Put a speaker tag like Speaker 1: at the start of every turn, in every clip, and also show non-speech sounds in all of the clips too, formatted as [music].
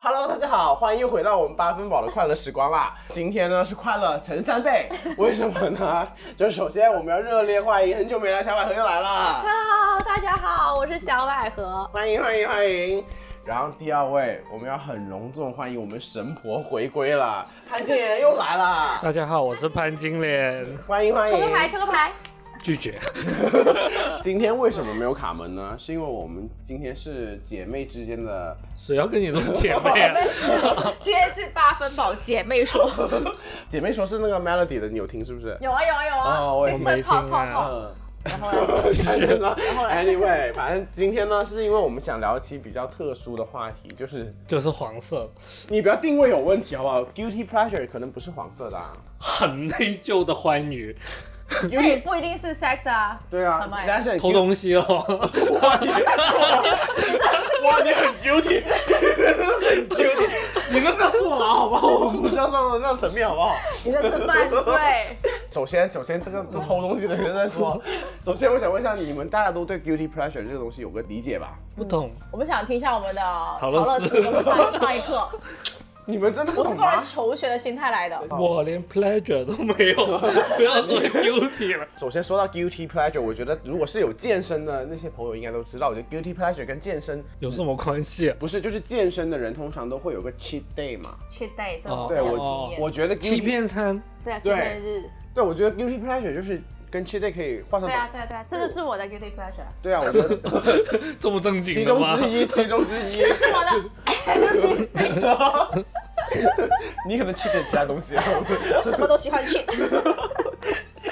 Speaker 1: Hello，大家好，欢迎又回到我们八分饱的快乐时光啦！ [laughs] 今天呢是快乐乘
Speaker 2: [laughs]
Speaker 1: 三倍，为什么呢？就是首先我们要热烈欢迎很久没来小百合又来了。
Speaker 3: Hello，大家好，我是小百合。
Speaker 1: 欢迎欢迎欢迎！然后第二位，我们要很隆重欢迎我们神婆回归了，潘金莲又来了，
Speaker 4: 大家好，我是潘金莲，
Speaker 1: 欢迎欢
Speaker 3: 抽个牌，
Speaker 1: 迎！
Speaker 3: 抽个牌。
Speaker 4: 拒绝。
Speaker 1: [laughs] 今天为什么没有卡门呢？是因为我们今天是姐妹之间的，
Speaker 4: 谁要跟你做姐妹啊？
Speaker 3: [laughs] 今天是八分饱姐妹说，
Speaker 1: 姐妹说是那个 Melody 的，你有听是不是？
Speaker 3: 有啊有啊有
Speaker 1: 哦我
Speaker 3: 啊，
Speaker 1: 也
Speaker 3: 这
Speaker 4: 没
Speaker 3: 次泡
Speaker 4: 听
Speaker 3: 泡
Speaker 4: 啊
Speaker 3: 泡。
Speaker 1: 嗯。
Speaker 3: 然后呢？
Speaker 1: [laughs] 然后 anyway，反正今天呢，是因为我们想聊一期比较特殊的话题，就是
Speaker 4: 就是黄色，
Speaker 1: 你不要定位有问题好不好？Guilty pleasure 可能不是黄色的、啊、
Speaker 4: 很内疚的欢愉， [laughs]
Speaker 3: 那也
Speaker 1: ，Guilty
Speaker 3: 不一定是 sex 啊。
Speaker 1: 对啊 [laughs]
Speaker 3: 好，吧
Speaker 1: 但是
Speaker 4: 偷东西哦。
Speaker 1: 哇，你很 guilty，你 [laughs] 真的是很 guilty，你这是要坐牢好不好？我们不是要上那种层面好不好？
Speaker 3: 你这是犯罪。
Speaker 1: 首先，首先这个偷东西的人在说，首先我想问一下，你们大家都对 guilty pleasure 这个东西有个理解吧？
Speaker 4: 不懂，
Speaker 3: 我们想听一下我们的陶
Speaker 4: 乐
Speaker 3: 乐
Speaker 4: 斯
Speaker 3: 斯跟我们上上一课，
Speaker 1: 你们真的不
Speaker 3: 我
Speaker 1: [laughs]
Speaker 3: 是
Speaker 1: 懂
Speaker 3: 抱
Speaker 1: 吗
Speaker 3: 着？求学的心态来的。
Speaker 4: 我连 pleasure 都没有， [laughs] 不要说 guilty 了。
Speaker 1: 首先说到 guilty pleasure，我觉得如果是有健身的那些朋友应该都知道，我觉得 guilty pleasure 跟健身
Speaker 4: 有什么关系？啊
Speaker 1: 不是就是健身的人通常都会有个 cheat day 嘛？
Speaker 3: cheat day 这种
Speaker 4: 哦
Speaker 1: 对
Speaker 3: 有
Speaker 1: 我
Speaker 3: 经，验
Speaker 1: 我觉得 guilty-
Speaker 4: 欺骗餐，
Speaker 3: 对啊，欺骗日。
Speaker 1: 对我觉得 guilty pleasure 就是跟 cheat day 可以画上
Speaker 3: 对
Speaker 1: 等
Speaker 3: 啊，对啊，对啊，这就是我的 guilty pleasure，
Speaker 1: 对啊，我觉得
Speaker 4: 这么正经
Speaker 1: [laughs] 其
Speaker 4: 的
Speaker 1: 中
Speaker 4: 吗
Speaker 1: 之？一，其中之一
Speaker 3: 这。是我的。
Speaker 1: [laughs] 你可能吃点其他东西，
Speaker 3: 我什么都喜欢 cheat。
Speaker 1: [laughs]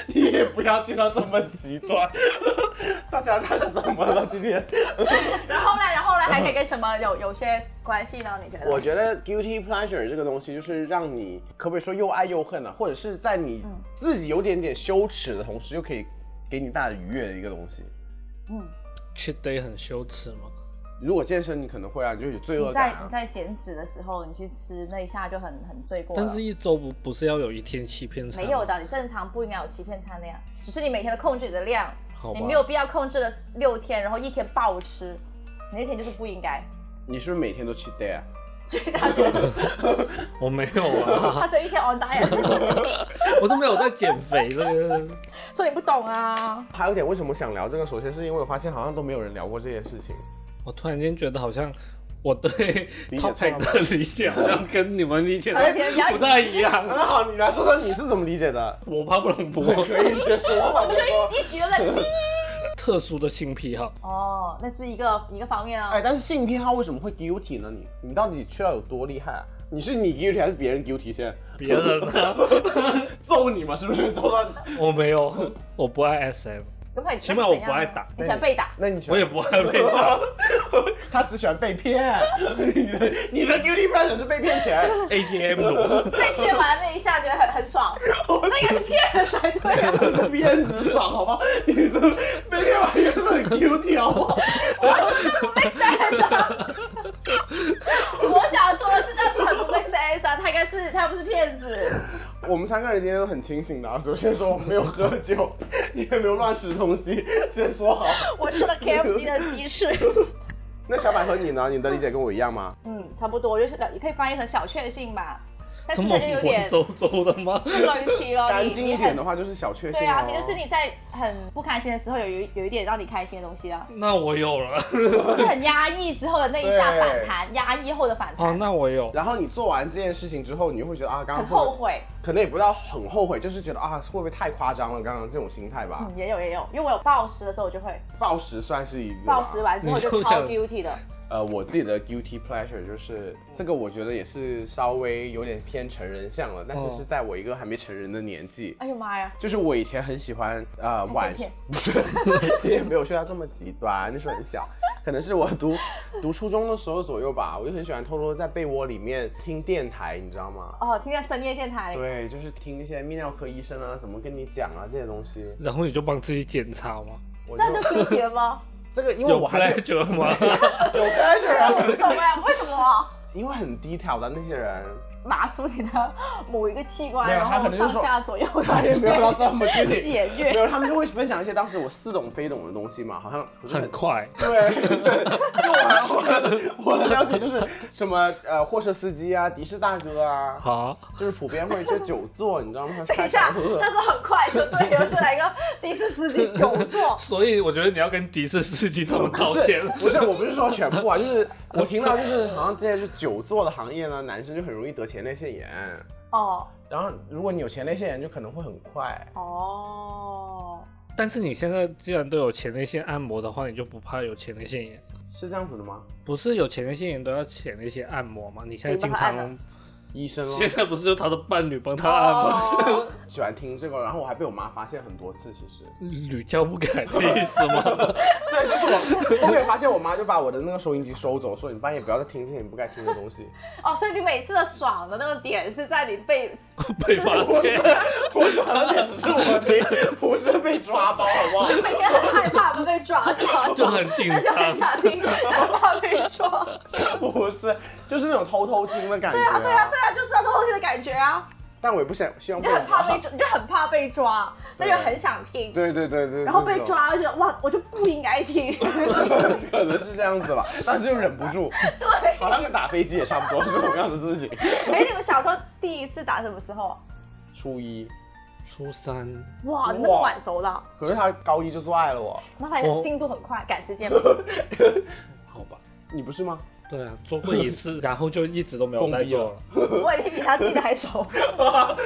Speaker 1: 你也不要去到这么极端。 [laughs] 大家大家怎么了今天？
Speaker 3: 然后呢，然后呢，还可以跟什么有有些关系呢？你觉得？
Speaker 1: 我觉得 guilty pleasure 这个东西就是让你可不可以说又爱又恨啊，或者是在你自己有点点羞耻的同时，又可以给你大的愉悦的一个东西。
Speaker 4: cheat day 很羞耻吗？
Speaker 1: 如果健身，你可能会啊，你就有罪恶
Speaker 3: 你
Speaker 1: 感、
Speaker 3: 在
Speaker 1: 啊
Speaker 3: 你。在减脂的时候，你去吃那一下就很很罪过了。
Speaker 4: 但是，一周不不是要有一天欺骗餐？
Speaker 3: 没有，的，你正常不应该有欺骗餐那样，只是你每天都控制你的量
Speaker 4: 好，吧
Speaker 3: 你没有必要控制了六天，然后一天暴吃，你那天就是不应该。
Speaker 1: 你是不是每天都 cheat day 啊？
Speaker 3: 所以
Speaker 4: [laughs]
Speaker 3: 他说，
Speaker 4: 我没有啊 [laughs]
Speaker 3: 他，只有一天 on diet， [laughs]
Speaker 4: 我都没有在减肥这个。
Speaker 3: 说你不懂啊。
Speaker 1: 还有一点，为什么想聊这个？首先是因为我发现好像都没有人聊过这件事情。
Speaker 4: 我突然间觉得好像我对
Speaker 1: 理解
Speaker 4: topic
Speaker 1: 错了
Speaker 4: 的理解好像跟你们理解
Speaker 3: 而
Speaker 4: 的
Speaker 3: 且你要
Speaker 4: 不太一样。
Speaker 1: [laughs] 那 [laughs] 好，你来说说你是怎么理解的？
Speaker 4: 我怕不能播
Speaker 1: 可以先说吧，
Speaker 3: 我
Speaker 1: 先说。
Speaker 3: 就一集都在逼。
Speaker 4: [laughs] 特殊的性癖好，
Speaker 3: 哦，那是一个一个方面
Speaker 1: 哎，
Speaker 3: 啊。
Speaker 1: 但是性癖好为什么会 guilty 呢？你你到底去到有多厉害啊？你是你 guilty 还是别人 guilty 先？
Speaker 4: 别人
Speaker 1: [laughs]
Speaker 4: 呢？
Speaker 1: 揍你嘛，是不是？揍到
Speaker 4: 我没有，我不爱 SM，
Speaker 3: 根本
Speaker 4: 起码我不爱打
Speaker 3: 啊你喜欢被打。
Speaker 1: 那你喜
Speaker 4: 我
Speaker 1: 欢
Speaker 4: 也不爱
Speaker 1: [laughs]
Speaker 4: 被打。
Speaker 1: 他只喜欢被骗。你的 [laughs] 你的 guilty pleasure 是被骗钱。 [laughs]
Speaker 4: ATM 奴
Speaker 3: 被骗完那一下觉得很很
Speaker 4: [laughs]
Speaker 3: 爽，那应该是骗人才对啊。
Speaker 1: 不是骗子爽，好不好？你是被骗完也是很 guilty，好不好？
Speaker 3: 我想说的是，他很不会 CS 啊，他应该是他又不是骗子，
Speaker 1: 我们三个人今天都很清醒的啊。首先说我们没有喝酒， [laughs] 也没有乱吃东西，先说好。
Speaker 3: 我吃了 KFC 的鸡翅。
Speaker 1: 那小百合你呢？你的理解跟我一样吗？
Speaker 3: 嗯，差不多，就是也可以翻译成小确幸吧。但
Speaker 4: 这
Speaker 3: 现
Speaker 4: 么
Speaker 3: 在就有
Speaker 4: 文
Speaker 3: 点
Speaker 4: 绉绉的吗？ [laughs]
Speaker 3: 冷清 [laughs] 了。
Speaker 1: 干
Speaker 3: 哦你
Speaker 1: 净
Speaker 3: 你
Speaker 1: 一
Speaker 3: 很
Speaker 1: 点的话就是小确幸、哦。
Speaker 3: 对啊，其实就是你在很不开心的时候有一有一点让你开心的东西 [laughs] 啊，
Speaker 4: 那我有了
Speaker 3: 就很压抑之后的那一下
Speaker 1: 对
Speaker 3: 反弹，压抑后的反
Speaker 4: 啊，
Speaker 3: 弹，
Speaker 4: 那我有。
Speaker 1: 然后你做完这件事情之后，你就会觉得啊，刚
Speaker 3: 哦很
Speaker 1: 刚
Speaker 3: 后，悔。
Speaker 1: 可能也不到很后悔，就是觉得啊，会不会太夸张了？刚刚这种心态吧
Speaker 3: 嗯，。也有也有，因为我有暴食的时候，我就会
Speaker 1: 暴食算是一个吧
Speaker 3: 暴食完之后
Speaker 4: 你
Speaker 3: 就
Speaker 4: 就
Speaker 3: 超
Speaker 4: 想
Speaker 3: guilty 的。
Speaker 1: 呃，我自己的 guilty pleasure 就是这个，我觉得也是稍微有点偏成人向了，但是
Speaker 4: 哦
Speaker 1: 是在我一个还没成人的年纪。
Speaker 3: 哎呀妈呀！
Speaker 1: 就是我以前很喜欢呃
Speaker 3: 看
Speaker 1: 晚
Speaker 3: 片，
Speaker 1: 不是 [laughs] 也没有去到这么极端，那时候很
Speaker 3: [laughs]
Speaker 1: 小，可能是我读读初中的时候左右吧，我就很喜欢偷偷在被窝里面听电台，你知道吗？
Speaker 3: 哦，听见深夜电台里，
Speaker 1: 对，就是听那些泌尿科医生啊怎么跟你讲啊这些东西，
Speaker 4: 然后你就帮自己检查吗？
Speaker 1: 我
Speaker 3: 这样就 guilty 了吗？
Speaker 1: 这个因为
Speaker 4: 有
Speaker 1: 我还 [laughs] 没
Speaker 4: pleasure 吗？
Speaker 1: 有 pleasure
Speaker 3: [laughs] 不
Speaker 1: 啊，
Speaker 3: 懂哎，为什么
Speaker 1: 因为很低调的那些人，
Speaker 3: 拿出你的某一个器官，
Speaker 1: 没有
Speaker 3: 然
Speaker 1: 他可
Speaker 3: 后
Speaker 1: 能就
Speaker 3: 上
Speaker 1: 是说
Speaker 3: 下左右
Speaker 1: 他也没有到这么具体，
Speaker 3: 检
Speaker 1: 没
Speaker 3: 阅？
Speaker 1: 有，他们就会分享一些当时我似懂非懂的东西嘛，好像不是
Speaker 4: 很快，
Speaker 1: 对，对，就我好像我的了解就是什么呃货车司机啊、的士大哥啊，
Speaker 4: 好，
Speaker 1: 就是普遍会就久坐，你知道吗？
Speaker 3: 等一下，他说很快，说对，然后就来一个的士司机久坐，
Speaker 4: 所以我觉得你要跟迪士司机他们道
Speaker 1: 不是
Speaker 4: 歉。
Speaker 1: 不是，我不是说全部啊，就是我听到就是好像这些就久坐的行业呢，男生就很容易得前列腺炎。
Speaker 3: 哦
Speaker 1: 然后，如果你有前列腺炎，就可能会很快。
Speaker 3: 哦，
Speaker 4: 但是你现在既然都有前列腺按摩的话，你就不怕有前列腺炎？
Speaker 1: 是这样子的吗？
Speaker 4: 不是有前列腺炎都要前列腺按摩吗？你现在
Speaker 3: 谁
Speaker 4: 经
Speaker 3: 帮他按
Speaker 4: 常，
Speaker 1: 医生哦
Speaker 4: 现，在不是就他的伴侣帮他按摩，
Speaker 3: 哦
Speaker 1: 喜欢听这个，然后我还被我妈发现很多次。 [laughs] 其实，
Speaker 4: 屡教不改的意思吗？
Speaker 1: 对，就是我后面发现我妈就把我的那个收音机收走，说你半夜不要再听这些你不该听的东 [laughs] 西。
Speaker 3: 哦，所以你每次的爽的那个点是在你被
Speaker 4: 被发现，
Speaker 1: 不是，那只是我听，不是被抓包，好 [laughs] 不好？
Speaker 3: 每天很害怕不被抓到，
Speaker 4: 就很紧
Speaker 3: 但是很
Speaker 4: 张。
Speaker 3: 想听，然后怕被抓。
Speaker 1: 不是，就是那种偷偷听的感觉、
Speaker 3: 对啊，对啊，对啊，就是要偷偷听的感觉啊，
Speaker 1: 但我也不想，希望
Speaker 3: 你
Speaker 1: 被
Speaker 3: 就很怕被
Speaker 1: 抓。
Speaker 3: 抓，你就很怕被抓，但
Speaker 1: 对
Speaker 3: 又很想听，
Speaker 1: 对对对对。
Speaker 3: 然后被
Speaker 1: 这种，
Speaker 3: 抓了就觉得哇，我就不应该听。
Speaker 1: [laughs] 可能是这样子吧，但是又忍不住。
Speaker 3: 对，
Speaker 1: 好像跟打飞机也差不多是同样的事情。
Speaker 3: 哎，你们小时候第一次打什么时候啊？
Speaker 1: 初一，
Speaker 4: 初三，
Speaker 3: 哇，你那么
Speaker 1: 哇
Speaker 3: 晚熟的啊，
Speaker 1: 可是他高一就做爱了哦我，
Speaker 3: 那他
Speaker 4: 我
Speaker 3: 进度很快，赶时间 [laughs] 嘛。
Speaker 4: 好吧，
Speaker 1: 你不是吗？ [laughs]
Speaker 4: 对啊，做过一次，然后就一直都没有
Speaker 1: 封闭
Speaker 4: 再做
Speaker 1: 了
Speaker 4: 了。
Speaker 3: 我已经比他记得还熟。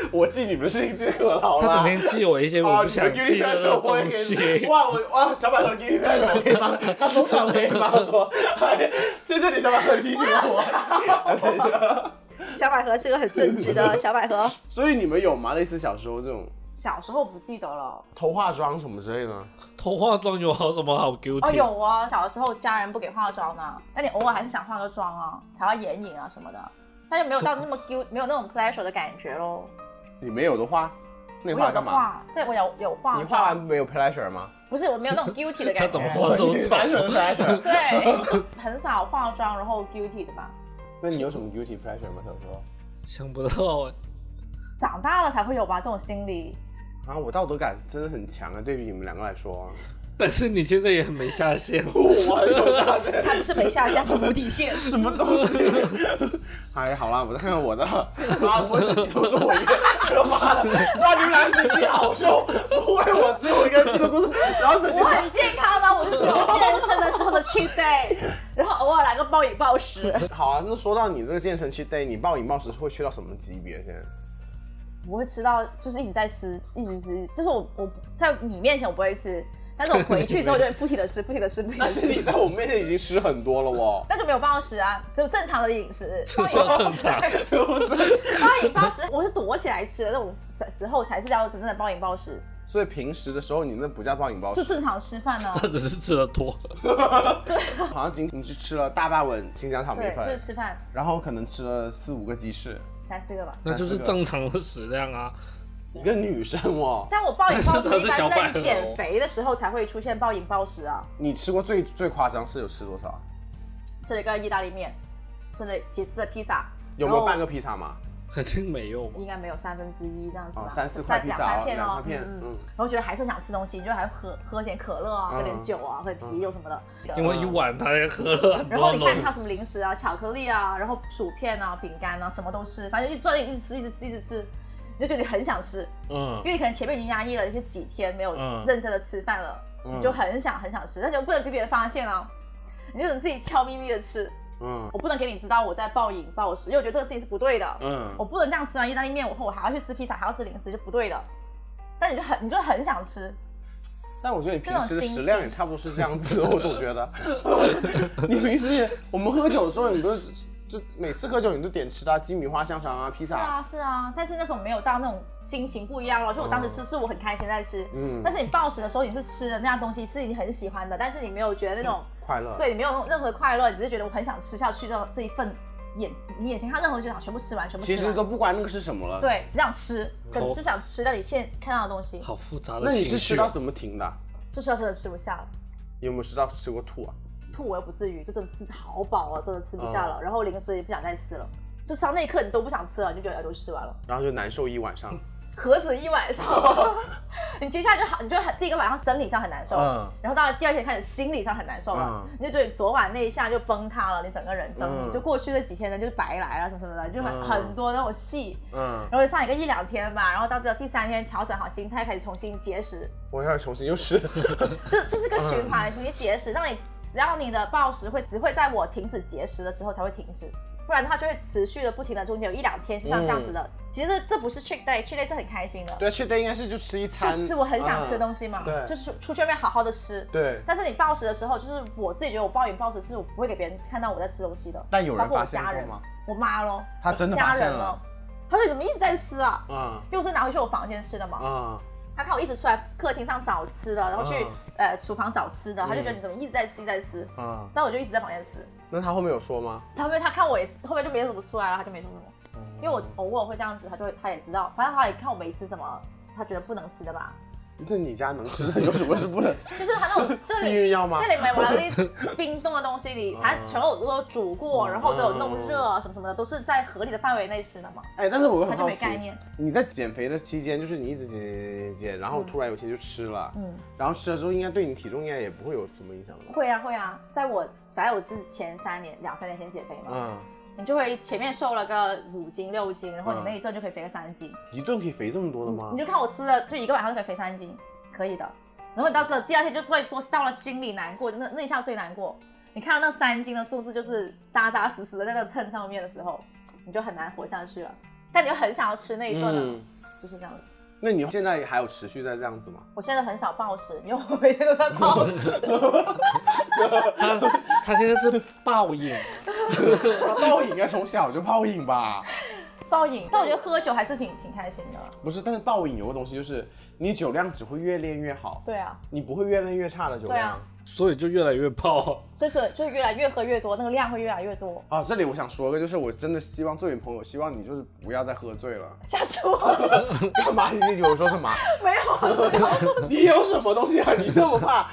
Speaker 1: 我记你们的事情记得可好
Speaker 4: 他
Speaker 1: 啦。
Speaker 4: 整天记我一些我
Speaker 1: 啊，
Speaker 4: 不
Speaker 1: 你
Speaker 4: 想
Speaker 1: 们
Speaker 4: 记
Speaker 1: guilty
Speaker 4: 得
Speaker 1: pleasure
Speaker 4: 的
Speaker 1: 我也给
Speaker 4: 东西
Speaker 1: 你。哇，我哇，小百合 guilty pleasure 我可以帮他，他通常可以帮他说， [laughs] 哎谢谢你小百合提醒了我。 [laughs] 等一下，
Speaker 3: 小百合是个很正直的小百合。
Speaker 1: 所以你们有吗？类似小时候这种
Speaker 3: 小时候不记得了。
Speaker 1: 偷化妆什么之类的？
Speaker 4: 头化妆有好什么好 guilty？
Speaker 3: 哦，有啊，小时候家人不给化妆呢，那你偶尔还是想化个妆啊，才要眼影啊什么的，但就没有到那么 guilt，没有那种 pleasure 的感觉喽。
Speaker 1: 你没有的话，那你
Speaker 3: 我有
Speaker 1: 画
Speaker 3: 的
Speaker 1: 干嘛？
Speaker 3: 画，这我有有画。
Speaker 1: 你画完没有 pleasure 吗？
Speaker 3: 不是我没有 [laughs] 那种 guilty 的感觉。
Speaker 4: 他怎么画都丑。 [laughs]
Speaker 1: pleasure？
Speaker 3: 对， [laughs] 很少化妆然后 guilty 的吧。
Speaker 1: 那你有什么 guilty pleasure 吗？小时候
Speaker 4: 想不到哎，
Speaker 3: 长大了才会有吧，这种心理。
Speaker 1: 啊，我道德感真的很强啊，对于你们两个来
Speaker 3: [laughs]
Speaker 1: 说，
Speaker 4: 但是你现在也很没下限。
Speaker 1: 我有道德感
Speaker 3: 他不是没下限，是无底线。
Speaker 1: 什么东 [laughs] 西？哎，好啦，我再看看我的。啊，我整体都是我一个，妈的，那你们俩身体好瘦，不会我只有一个人记得都是，然后整体
Speaker 3: [laughs] 我很健康啊，我就是我健身的时候的 cheat day，然后偶尔来个暴饮暴食。
Speaker 1: 好啊。那说到你这个健身期 day，你暴饮暴食会去到什么级别？现在？
Speaker 3: 我会吃到，就是一直在吃，一直吃，就是我我在你面前我不会吃，但是我回去之后就 [laughs] 会不停的吃，不停的吃，不停的
Speaker 1: 但是你
Speaker 3: 吃，
Speaker 1: 在我面前已经吃很多了哦。
Speaker 3: 那就没有暴食啊，只有正常的饮食。
Speaker 4: 这算正常？
Speaker 1: 不是，
Speaker 3: 暴饮暴食，我是躲起来吃的那种时候才是叫真正的暴饮暴食，
Speaker 1: 所以平时的时候你那不叫暴饮暴
Speaker 3: 就
Speaker 1: 食，
Speaker 3: [laughs] 正常吃饭呢、
Speaker 4: 他只是吃的多，
Speaker 1: 好像仅仅是吃了大半碗新疆炒米
Speaker 3: 对，就
Speaker 1: 粉
Speaker 3: 是，吃饭
Speaker 1: 然后可能吃了四五个鸡翅。
Speaker 3: 三四个吧。
Speaker 1: 哎
Speaker 4: 那就是正常的食量啊。 [laughs]
Speaker 1: 一个女生哦，
Speaker 3: 但我暴饮暴食一般
Speaker 4: 他是
Speaker 3: 是
Speaker 4: 小白哦
Speaker 3: 在你减肥的时候才会出现暴饮暴食啊。
Speaker 1: 你吃过最最夸张是有吃多少？
Speaker 3: 吃了一个意大利面，吃了也吃了披萨，
Speaker 1: 有没有半个披萨吗？
Speaker 4: 肯定没有吧
Speaker 3: 应？该没有三分之一这样子吧，
Speaker 1: 哦，三四块披
Speaker 3: 两
Speaker 1: 萨
Speaker 3: 嗯三
Speaker 1: 哦，
Speaker 3: 片
Speaker 1: 两
Speaker 3: 哦
Speaker 1: 块，片，
Speaker 3: 嗯嗯。
Speaker 1: 嗯，
Speaker 3: 然后觉得还是想吃东西，你就还喝喝点可乐啊，
Speaker 1: 嗯
Speaker 3: 喝点酒啊，喝点啤酒什么的。
Speaker 4: 嗯因为一碗他也喝了很
Speaker 3: 然后
Speaker 4: 多
Speaker 3: 你
Speaker 4: 浓
Speaker 3: 看，还有什么零食啊、巧克力啊，然后薯片啊、饼干啊，什么都吃，反正一直坐在那里一直吃，一直吃，一直吃，你就觉得你很想吃，
Speaker 4: 嗯
Speaker 3: 因为你可能前面已经压抑了一些几天没有
Speaker 4: 嗯
Speaker 3: 认真的吃饭了，
Speaker 1: 嗯
Speaker 3: 你就很想很想吃，但你又不能被别人发现啊，你就能自己悄咪咪的吃。
Speaker 1: 嗯
Speaker 3: 我不能给你知道我在暴饮暴食，因为我觉得这个事情是不对的。
Speaker 1: 嗯
Speaker 3: 我不能这样吃完意大利面，我后我还要去吃披萨，还要吃零食，就不对的。但你就很，你就很想吃，
Speaker 1: 但我觉得你平时的
Speaker 3: 这种心
Speaker 1: 食量也差不多是这样子，我总觉
Speaker 3: [laughs]
Speaker 1: 得。 [laughs] 你平时也，我们喝酒的时候，你都就每次喝酒你都点吃的啊、鸡米花香肠啊、披
Speaker 3: 是
Speaker 1: 萨。
Speaker 3: 啊是啊，但是那种没有到那种心情不一样了。就我当时吃是我很开心在吃，
Speaker 1: 嗯
Speaker 3: 但是你暴食的时候你是吃的那样东西是你很喜欢的，但是你没有觉得那种，
Speaker 1: 快乐。
Speaker 3: 对你没有任何快乐，你只是觉得我很想吃下去，这这一份眼你眼前看任何就想全部吃完，全部吃
Speaker 1: 其
Speaker 3: 完，
Speaker 1: 实都不管那个是什么了。。
Speaker 3: 对，只想吃，跟
Speaker 4: 好
Speaker 3: 就想吃到你现看到的东西，
Speaker 4: 好复杂
Speaker 1: 那
Speaker 4: 的
Speaker 1: 你
Speaker 4: 情
Speaker 1: 是
Speaker 4: 绪
Speaker 1: 吃。
Speaker 4: 啊
Speaker 1: 到什么停的？
Speaker 3: 就是要真的吃不下了。
Speaker 1: 有没有吃到吃过吐啊？
Speaker 3: 吐我又不至于，就真的吃好饱啊，真的吃不下了，
Speaker 1: 嗯
Speaker 3: 然后零食也不想再吃了，就吃到那一刻你都不想吃了，你就觉得哎都吃完了，
Speaker 1: 然后就难受一晚上。
Speaker 3: 何止
Speaker 1: [laughs]
Speaker 3: 一晚上，你接下来就好，你就很第一个晚上生理上很难受，
Speaker 1: 嗯
Speaker 3: 然后到了第二天开始心理上很难受了，
Speaker 1: 嗯
Speaker 3: 你就觉得你昨晚那一下就崩塌了，你整个人生、
Speaker 1: 嗯
Speaker 3: 就过去那几天呢就是白来了什么什么的，就很、
Speaker 1: 嗯
Speaker 3: 很多那种戏，
Speaker 1: 嗯，
Speaker 3: 然后上一个一两天吧，然后到第三天调整好心态，开始重新节食，
Speaker 1: 我要重新又吃。
Speaker 3: 就就是个循环，属于节食。让你只要你的暴食会只会在我停止节食的时候才会停止，不然的话就会持续的不停的中间有一两天，就像这样子的。
Speaker 1: 嗯
Speaker 3: 其实这不是 cheat day，cheat day 是很开心的，
Speaker 1: 对，去的应该是就吃一
Speaker 3: 就
Speaker 1: 餐。
Speaker 3: 是我很想吃
Speaker 1: 西。
Speaker 3: 的东西嘛，
Speaker 1: 嗯对
Speaker 3: 就是出去外面好好的吃。
Speaker 1: 对。
Speaker 3: 但是你暴食的时候，就是我自己觉得我暴饮暴食是我不会给别人看到我在吃东西的，
Speaker 1: 但有人
Speaker 3: 包括我
Speaker 1: 发现
Speaker 3: 家
Speaker 1: 过
Speaker 3: 人
Speaker 1: 吗
Speaker 3: 我妈咯，
Speaker 1: 她真的
Speaker 3: 家
Speaker 1: 发现
Speaker 3: 人
Speaker 1: 了
Speaker 3: 咯，她说你怎么一直在吃啊？
Speaker 1: 嗯
Speaker 3: 因为我是拿回去我房间吃的嘛，
Speaker 1: 嗯
Speaker 3: 他看我一直出来客厅上找吃的，然后去、
Speaker 1: 嗯
Speaker 3: 呃厨房找吃的，他就觉得你怎么一直在吃，一直在吃。
Speaker 1: 嗯。
Speaker 3: 但我就一直在房间吃，
Speaker 1: 那他后面有说吗？
Speaker 3: 他后面他看我也是，后面就没怎么出来了，他就没
Speaker 1: 哦
Speaker 3: 说什么。因为我偶尔会这样子，他就会他也知道，反正他也看我没吃什么，他觉得不能吃的吧，
Speaker 1: 那你家能吃的有 [laughs] 什么是不能？
Speaker 3: 就是 [laughs] 他那种这
Speaker 1: [laughs] 避
Speaker 3: 里
Speaker 1: 孕药吗？
Speaker 3: 这里买完了一冰冻的东
Speaker 1: [laughs]
Speaker 3: 西，你它全部都有煮
Speaker 1: 哦
Speaker 3: 过，然后都有弄热啊什么什么的，都是在合理的范围内吃的嘛。
Speaker 1: 哎，但是我又很
Speaker 3: 他就
Speaker 1: 好
Speaker 3: 没
Speaker 1: 奇
Speaker 3: 概念，
Speaker 1: 你在减肥的期间，就是你一直减减减减，然后突然有一天就吃了，
Speaker 3: 嗯，
Speaker 1: 然后吃了之后，应该对你体重应该也不会有什么影响吧？
Speaker 3: 会啊会啊，在我反正我之前三年两三年前减肥嘛，
Speaker 1: 嗯，
Speaker 3: 你就会前面瘦了个五斤六斤，然后
Speaker 1: 嗯
Speaker 3: 你那一顿就可以肥个三斤。
Speaker 1: 一顿可以肥这么多的吗
Speaker 3: 你？就看我吃了，就一个晚上就可以肥三斤，可以的。然后你到这第二天就所以说到了心里难过，那那一下最难过。你看到那三斤的数字，就是扎扎实实的在那秤上面的时候，你就很难活下去了。但你又很想要吃那一顿了，
Speaker 1: 嗯
Speaker 3: 就是这样子。
Speaker 1: 那你现在还有持续在这样子吗？ [laughs]
Speaker 3: 我现在很少暴食，因为我每天都在暴食。
Speaker 4: 他他现在是暴饮，
Speaker 1: 暴饮应该从小就暴饮吧？ [laughs]
Speaker 3: 暴饮，但我觉得喝酒还是挺挺开心的。
Speaker 1: 不是，但是暴饮有个东西就是，你酒量只会越练越好，
Speaker 3: 对啊，
Speaker 1: 你不会越练越差的酒
Speaker 3: 对
Speaker 1: 量
Speaker 3: 啊。，
Speaker 4: 所以就越来越暴。 [laughs]
Speaker 3: 所以说就越来越喝越多，那个量会越来越多。。
Speaker 1: 啊，这里我想说个，就是我真的希望作为朋友，希望你就是不要再喝醉了 [laughs]
Speaker 3: 吓死我了！
Speaker 1: 干嘛？你自己我说什么？
Speaker 3: 没有啊，我刚
Speaker 1: [laughs]
Speaker 3: 说
Speaker 1: 你有什么东西啊？你这么怕？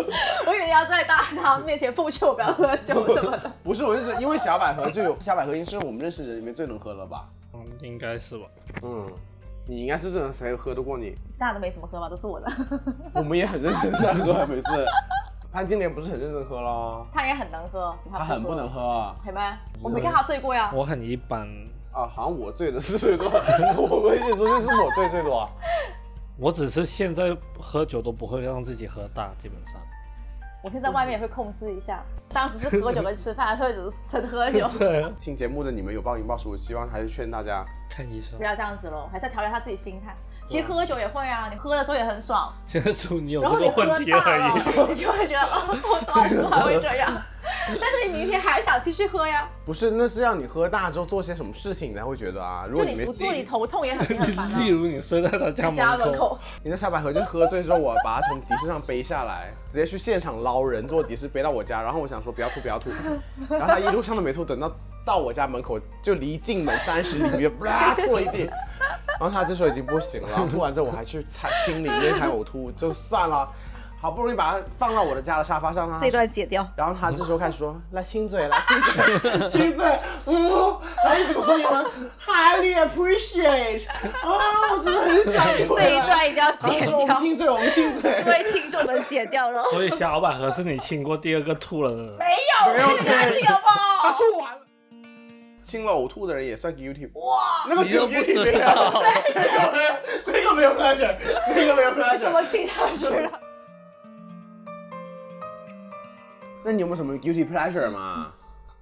Speaker 1: [laughs]
Speaker 3: 我以为你要在大家面前奉劝我不要喝酒什么的。
Speaker 1: 不是，我就是因为小百合就有小百合，应该是我们认识的人里面最能喝了吧？
Speaker 4: 嗯，应该是吧。
Speaker 1: 嗯，你应该是最能谁喝得过你？
Speaker 3: 大家都没怎么喝吧，都是我的。
Speaker 1: 我们也很认真在喝，
Speaker 3: [laughs]
Speaker 1: 每次。潘金莲不是很认真喝咯，
Speaker 3: 他也很能喝，只是
Speaker 1: 她
Speaker 3: 他
Speaker 1: 很不能
Speaker 3: 喝。
Speaker 1: 喝啊，
Speaker 3: 很吗？我没看他醉过呀。
Speaker 4: 我很一般，
Speaker 1: 好像我醉的是最多， [laughs] 我们一起出去是我醉最多。
Speaker 4: 我只是现在喝酒都不会让自己喝大，基本上。，
Speaker 3: 我现在外面也会控制一下。当时是喝酒跟吃饭，所以只是纯喝 [laughs] 酒
Speaker 4: 对，
Speaker 1: 听节目的你们有暴饮暴食，我希望还是劝大家，
Speaker 4: 看医生 [laughs]
Speaker 3: 不。要这样子咯，还是要调节他自己心态。其实喝酒也会啊，你喝的时候也很爽，
Speaker 4: 现在只有你有
Speaker 3: 然
Speaker 4: 这
Speaker 3: 后你
Speaker 4: 个
Speaker 3: 喝
Speaker 4: 问题
Speaker 3: 大
Speaker 4: 而 [laughs]
Speaker 3: [laughs]
Speaker 4: 已。
Speaker 3: 了，你就会觉得啊，我到底怎么还会这样？ [laughs] 但是你明天还想继续喝呀，
Speaker 1: 不是那是让你喝大之后做些什么事情你才会觉得啊。如
Speaker 3: 就
Speaker 1: 果你
Speaker 3: 你
Speaker 1: 没
Speaker 3: 不做，你头痛也很也很烦
Speaker 4: 例
Speaker 3: 啊。
Speaker 4: 如你睡在他家
Speaker 3: 家
Speaker 4: 门
Speaker 3: 门
Speaker 4: 口，
Speaker 3: 口，
Speaker 1: 你在小百合就喝醉之后，我把它从迪士上背下来，直接去现场捞人坐迪士背到我家，然后我想说不要吐不要吐，
Speaker 3: [laughs]
Speaker 1: 然后他一路上都没吐，等到到我家门口就离进门三十里面， [laughs] 啪吐了一地。然后他这时候已经不行了，吐完之后我还去擦清理那才呕吐，就算了。好不容易把它放到我的家的沙发上，让它
Speaker 5: 这段剪掉。
Speaker 1: 然后他这时候开始说：“来亲嘴，来亲嘴，亲嘴。”嗯，然后一直跟我说英文，highly appreciate。啊，我真的很想你回来
Speaker 3: [laughs] 这一段一定要
Speaker 1: 然后
Speaker 3: 剪
Speaker 1: 说我们
Speaker 3: 掉，
Speaker 1: 亲嘴，我们亲嘴。
Speaker 5: 为听众们剪掉了。
Speaker 4: 所以小百合是你亲过第二个吐了的。
Speaker 3: 没有，没有啊亲亲好不
Speaker 1: 他
Speaker 3: 好？
Speaker 1: 吐完了，亲了呕吐的人也算 guilty。哇，那个
Speaker 6: 你都
Speaker 1: guilty 没有
Speaker 6: 不知
Speaker 4: [laughs]
Speaker 6: 道，
Speaker 1: 那个没有 pleasure，那个没有 pleasure。
Speaker 3: 亲下去了？
Speaker 1: 那你有没有什么 guilty pleasure 嘛？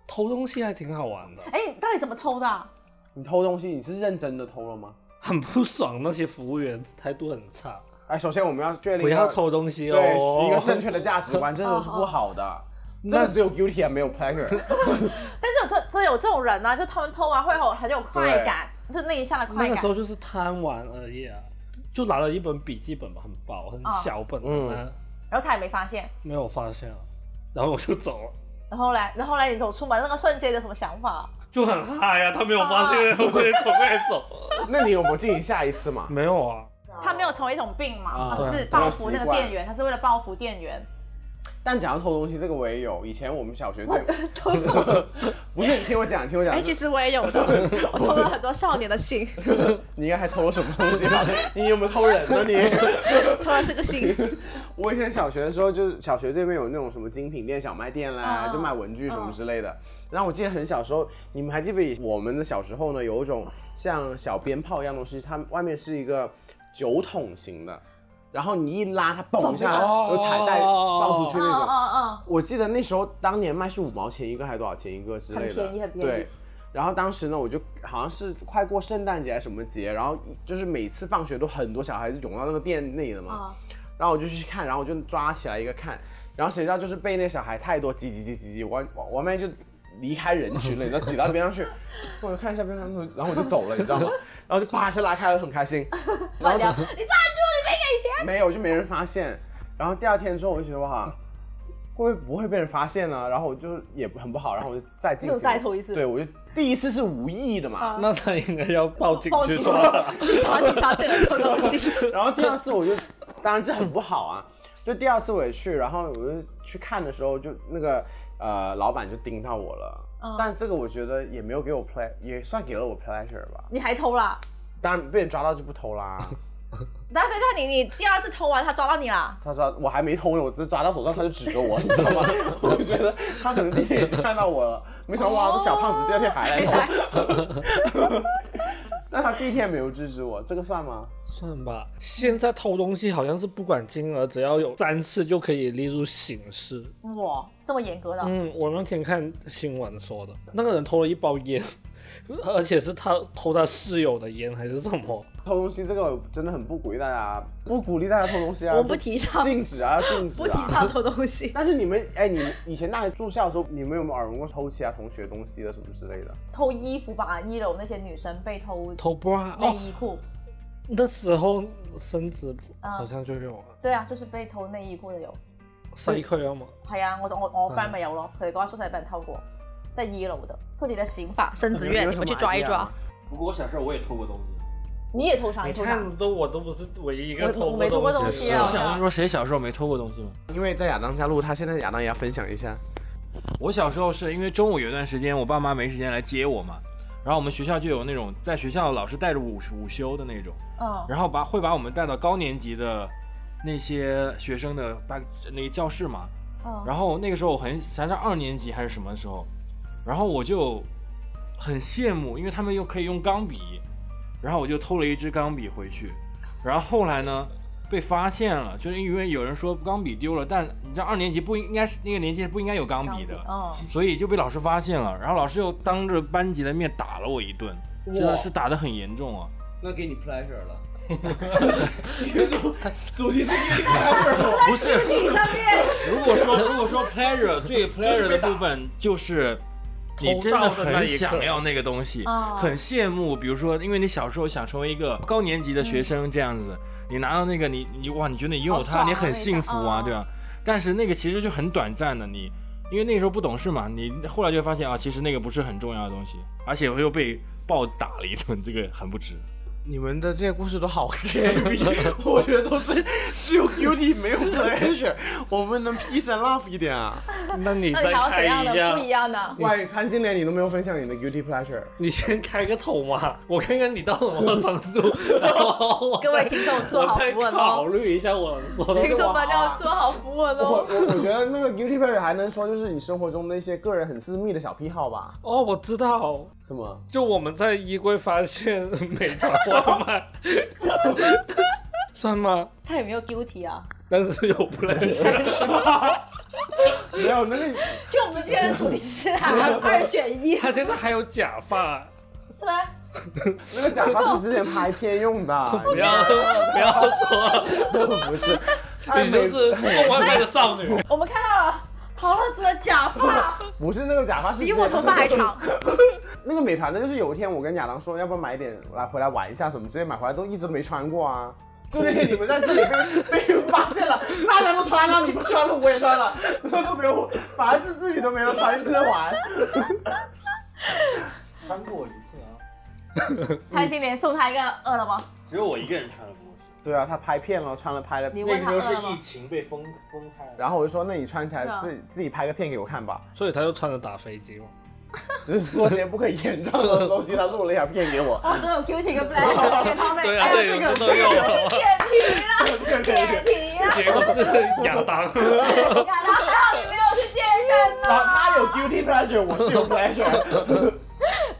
Speaker 4: 偷东西还挺好玩的，
Speaker 3: 哎，你到底怎么偷的啊？
Speaker 1: 你偷东西，你是认真的偷了吗？
Speaker 4: 很不爽那些服务员态度很差，
Speaker 1: 哎，首先我们要确定
Speaker 4: 不要偷东西
Speaker 1: 对一个
Speaker 4: 哦。
Speaker 1: 正确的价值观，这种是不好的。真
Speaker 4: 那
Speaker 1: 的只有 guilty 啊，没有 pleasure。
Speaker 3: 但是有这这有这种人呢、就偷偷啊，会有很有快感，就那一下的
Speaker 4: 那
Speaker 3: 快
Speaker 4: 个
Speaker 3: 感
Speaker 4: 时。候就是贪玩而已啊，就拿了一本笔记本嘛，很薄
Speaker 3: 哦
Speaker 4: 很小本
Speaker 1: 嗯
Speaker 4: 的呢，
Speaker 3: 然后他也没发现。
Speaker 4: 没有发现啊，然后我就走了。
Speaker 3: 然后嘞，然后嘞，你走出门那个瞬间有什么想法？
Speaker 4: 就很嗨呀、啊，他
Speaker 3: 哦
Speaker 4: 没有发现，我也走，我也走。
Speaker 1: 那你有没有进行下一次嘛？
Speaker 4: 没有啊，
Speaker 3: 他没有成为一种病嘛，
Speaker 1: 啊
Speaker 3: 他只是
Speaker 1: 对
Speaker 3: 报复那个
Speaker 1: 没有习惯
Speaker 3: 店员，他是为了报复店员。
Speaker 1: 但讲到偷东西，这个我也有。以前我们小学对，不是你听我讲，你听我讲。
Speaker 5: 哎，其实我也
Speaker 1: [laughs]
Speaker 5: 有的，我偷了很多少年的心，
Speaker 1: 你应该还偷了什么东西吧？你有没有偷人呢？你？
Speaker 3: [laughs]
Speaker 5: 偷了这个心。
Speaker 1: 我以前小学的时候，就是小学对面有那种什么精品店、小卖店啦，
Speaker 3: 嗯
Speaker 1: 就卖文具什么之类的。然后我记得很小时候，你们还记不记得我们的小时候呢？有一种像小鞭炮一样东西，它外面是一个酒桶型的，然后你一拉它，嘣一下，
Speaker 4: 哦
Speaker 1: 有彩带爆出去
Speaker 3: 嗯
Speaker 1: 那种。
Speaker 3: 嗯
Speaker 1: 我记得那时候当年卖是五毛钱一个还是多少钱一个之类的，
Speaker 3: 很便宜很便宜
Speaker 1: 对，然后当时呢，我就好像是快过圣诞节还是什么节，然后就是每次放学都很多小孩子涌到那个店内的
Speaker 3: 嗯
Speaker 1: 嘛，
Speaker 3: 嗯，
Speaker 1: 然后我就去看，然后我就抓起来一个看，然后谁知道就是被那小孩太多挤挤挤挤挤，我我我妹就离开人群了，你知道挤到边上去，我就看一下边上，然后我就走了，你知道吗？然后就啪一下拉开了，很开心，然后
Speaker 3: 乱聊，你站住，你没给钱。
Speaker 1: 没有，就没人发现。然后第二天之后，我就觉得哇，会不会不会被人发现呢？然后我就也很不好，然后我就再进行
Speaker 3: 又再偷一次啊
Speaker 1: 对，我就第一次是无意的嘛，
Speaker 3: 嗯
Speaker 4: 那他应该要报警
Speaker 3: 报
Speaker 4: 去
Speaker 3: 警
Speaker 4: 抓他。
Speaker 5: 警察，警察，这个偷东西。
Speaker 1: 然后第二次我就，当然这很不好啊。就第二次我也去，然后我就去看的时候，就那个呃老板就盯到我了。
Speaker 3: 嗯
Speaker 1: 但这个我觉得也没有给我 play，也算给了我 pleasure 吧。
Speaker 3: 你还偷啦？
Speaker 1: 当然被人抓到就不偷啦。
Speaker 3: 那那那你你第二次偷完，他抓到你啦？
Speaker 1: 他说我还没偷呢，我只是抓到手上，他就指着我，你知
Speaker 5: [laughs]
Speaker 1: 道吗？我就觉得他可能第一天已经看到我了，没想到哇，这小胖子第二天还
Speaker 3: 哎
Speaker 1: 来
Speaker 5: [laughs]
Speaker 1: 偷。那他第一天没有制止我，这个算吗？
Speaker 4: 算吧，现在偷东西好像是不管金额，只要有三次就可以列入刑事。
Speaker 3: 哇，这么严格的，
Speaker 4: 嗯，我那天看新闻说的，那个人偷了一包烟， [laughs] 而且是他偷他室友的烟还是什么？
Speaker 1: 偷东西这个真的很不鼓励大家，不鼓励大家偷东西啊，
Speaker 5: 我不提倡
Speaker 1: 禁止啊，禁止、啊，
Speaker 5: 不提倡偷东西。
Speaker 1: 但是你们，哎，你们以前大学住校的时候，你们有没有耳闻过偷其他同学东西的什么之类的？
Speaker 3: 偷衣服吧，一楼那些女生被偷
Speaker 4: 偷 bra
Speaker 3: 内
Speaker 4: 哦，
Speaker 3: 衣裤。
Speaker 4: 那时候生子
Speaker 3: 嗯
Speaker 4: 好像就有啊，
Speaker 3: 对啊，就是被偷內衣褲就有。
Speaker 4: 西區啊嘛，
Speaker 3: 係啊，我我我 friend 咪有咯，佢哋嗰間宿舍俾人偷過，即係二樓的。涉及的刑法，
Speaker 5: 生子院，你们去抓一抓。
Speaker 6: 不过我小时候我也偷过东西。
Speaker 3: 你也偷啥？
Speaker 4: 你
Speaker 3: 偷啥？
Speaker 4: 看都我都不是唯一一个
Speaker 3: 我
Speaker 4: 偷
Speaker 3: 我没偷
Speaker 4: 过
Speaker 3: 过
Speaker 4: 东
Speaker 3: 东
Speaker 4: 西
Speaker 3: 西
Speaker 4: 的
Speaker 3: 啊
Speaker 6: 我想问说，谁小时候没偷过东西吗？
Speaker 1: 因为在亚当家录，他现在亚当也要分享一下。
Speaker 6: 我小时候是因为中午有一段时间，我爸妈没时间来接我嘛，然后我们学校就有那种在学校老师带着午午休的那种，
Speaker 3: 嗯，
Speaker 6: 然后把会把我们带到高年级的那些学生的办那个教室嘛，
Speaker 3: 嗯
Speaker 6: 然后那个时候我很想上二年级还是什么时候，然后我就很羡慕，因为他们又可以用钢笔，然后我就偷了一支钢笔回去，然后后来呢被发现了，就是因为有人说钢笔丢了，但你知道二年级不应该是那个年纪不应该有钢笔的，哦
Speaker 3: 嗯，
Speaker 6: 所以就被老师发现了，然后老师又当着班级的面打了我一顿，真的是打得很严重啊。
Speaker 1: 那给你 pleasure 了。主主题是给你 pleasure 了。
Speaker 6: 不是，
Speaker 3: 你上面
Speaker 6: 如果说如果说
Speaker 7: [laughs]
Speaker 6: pleasure 最 pleasure 的部分就是。你真的很想要那个东西
Speaker 3: 哦，
Speaker 6: 很羡慕。比如说，因为你小时候想成为一个高年级的学生这样子，你拿到那个，你你哇，你觉得你拥
Speaker 3: 好
Speaker 6: 有它，
Speaker 3: 嗯爽啊
Speaker 6: 你很幸福
Speaker 3: 那
Speaker 6: 啊，
Speaker 3: 个
Speaker 6: 对吧？但是那个其实就很短暂的，你因为那时候不懂事嘛，你后来就会发现啊，其实那个不是很重要的东西，而且我又被暴打了一顿，这个很不值。
Speaker 1: [laughs] 你们的这些故事都好 [laughs] heavy，我觉得都是只有 guilty 没有 pleasure，我们能 peace and love 一点啊。
Speaker 4: 那你
Speaker 3: 那
Speaker 4: 再
Speaker 3: 你还有
Speaker 4: 开
Speaker 3: 怎样
Speaker 4: 一
Speaker 3: 的
Speaker 4: 下
Speaker 3: 不，一样的？
Speaker 1: 喂，潘金莲，你都没有分享你的 guilty pleasure，
Speaker 4: 你先开个头嘛，我看看你到什么程
Speaker 3: [laughs]
Speaker 4: 度。然后我
Speaker 3: 各位
Speaker 4: 再
Speaker 3: 听众做好
Speaker 4: 我再
Speaker 3: 符文哦
Speaker 4: 考虑一下我能
Speaker 3: [laughs]
Speaker 4: 说的
Speaker 5: 听众们要做好服我
Speaker 1: 我
Speaker 5: 喽。
Speaker 1: 我我觉得那个 guilty pleasure 还能说就是你生活中的一些个人很私密的小癖好吧？
Speaker 4: 哦，我知道，
Speaker 1: 什么？
Speaker 4: 就我们在衣柜发现 [laughs] 美团 [laughs] 外卖，算吗？
Speaker 3: 他有没有 guilty 啊？
Speaker 4: 但是有 [laughs] pleasure，
Speaker 1: 没有那个
Speaker 3: 就我们今天的主题是啊，二选一，
Speaker 4: 他现在还有假发，
Speaker 3: 是吗？
Speaker 1: 那个假发是之前拍片用 [laughs] 的，
Speaker 4: 不要不要说 [laughs] 了，
Speaker 1: 不是。爱
Speaker 4: 你就
Speaker 1: 美
Speaker 4: 是送外卖的少女。
Speaker 3: 我们看到了陶乐斯的假发，
Speaker 1: 不是那个假发是
Speaker 3: 比我头发
Speaker 1: [laughs]
Speaker 3: 还长。
Speaker 1: 那个美团的，就是有一天我跟亚当说，要不要买一点来回来玩一下什么，直接买回来都一直没穿过啊。就那天你们在这里被被发现了，大家都穿了，你不穿了， [laughs] 我也穿了，然后都没有，反而是自己都没有穿，一直在玩。
Speaker 7: 穿过一次啊，
Speaker 3: 潘心莲送 [laughs] 他一个饿了么，
Speaker 7: 只有我一个人穿了过。
Speaker 1: 对啊，他拍片了，穿了拍了
Speaker 3: 你，
Speaker 7: 那
Speaker 3: 问
Speaker 7: 个
Speaker 3: 他
Speaker 7: 时候
Speaker 3: 饿了
Speaker 7: 是疫
Speaker 3: 么？
Speaker 7: 情被封封开，
Speaker 1: 然后我就说，那你穿起来
Speaker 3: 是啊
Speaker 1: 自己自己拍个片给我看吧，
Speaker 4: [laughs] 所以他就穿着打飞机嘛。
Speaker 1: 只是做些不可言状的东西，他录了一下片给
Speaker 3: [laughs]
Speaker 1: 我。
Speaker 3: 哦，都有 guilty 跟 pleasure，这个他们
Speaker 4: 对啊，
Speaker 3: 哎
Speaker 4: 对，
Speaker 3: 呀，这
Speaker 4: 这
Speaker 3: 个
Speaker 4: 都有
Speaker 3: [laughs]
Speaker 4: 了。
Speaker 3: 点题了，点题了。
Speaker 4: 结果是亚当， [laughs]
Speaker 3: 亚当，还好你没有去健身
Speaker 1: 然后
Speaker 3: 呢。
Speaker 1: 他有 guilty pleasure，我是有 pleasure。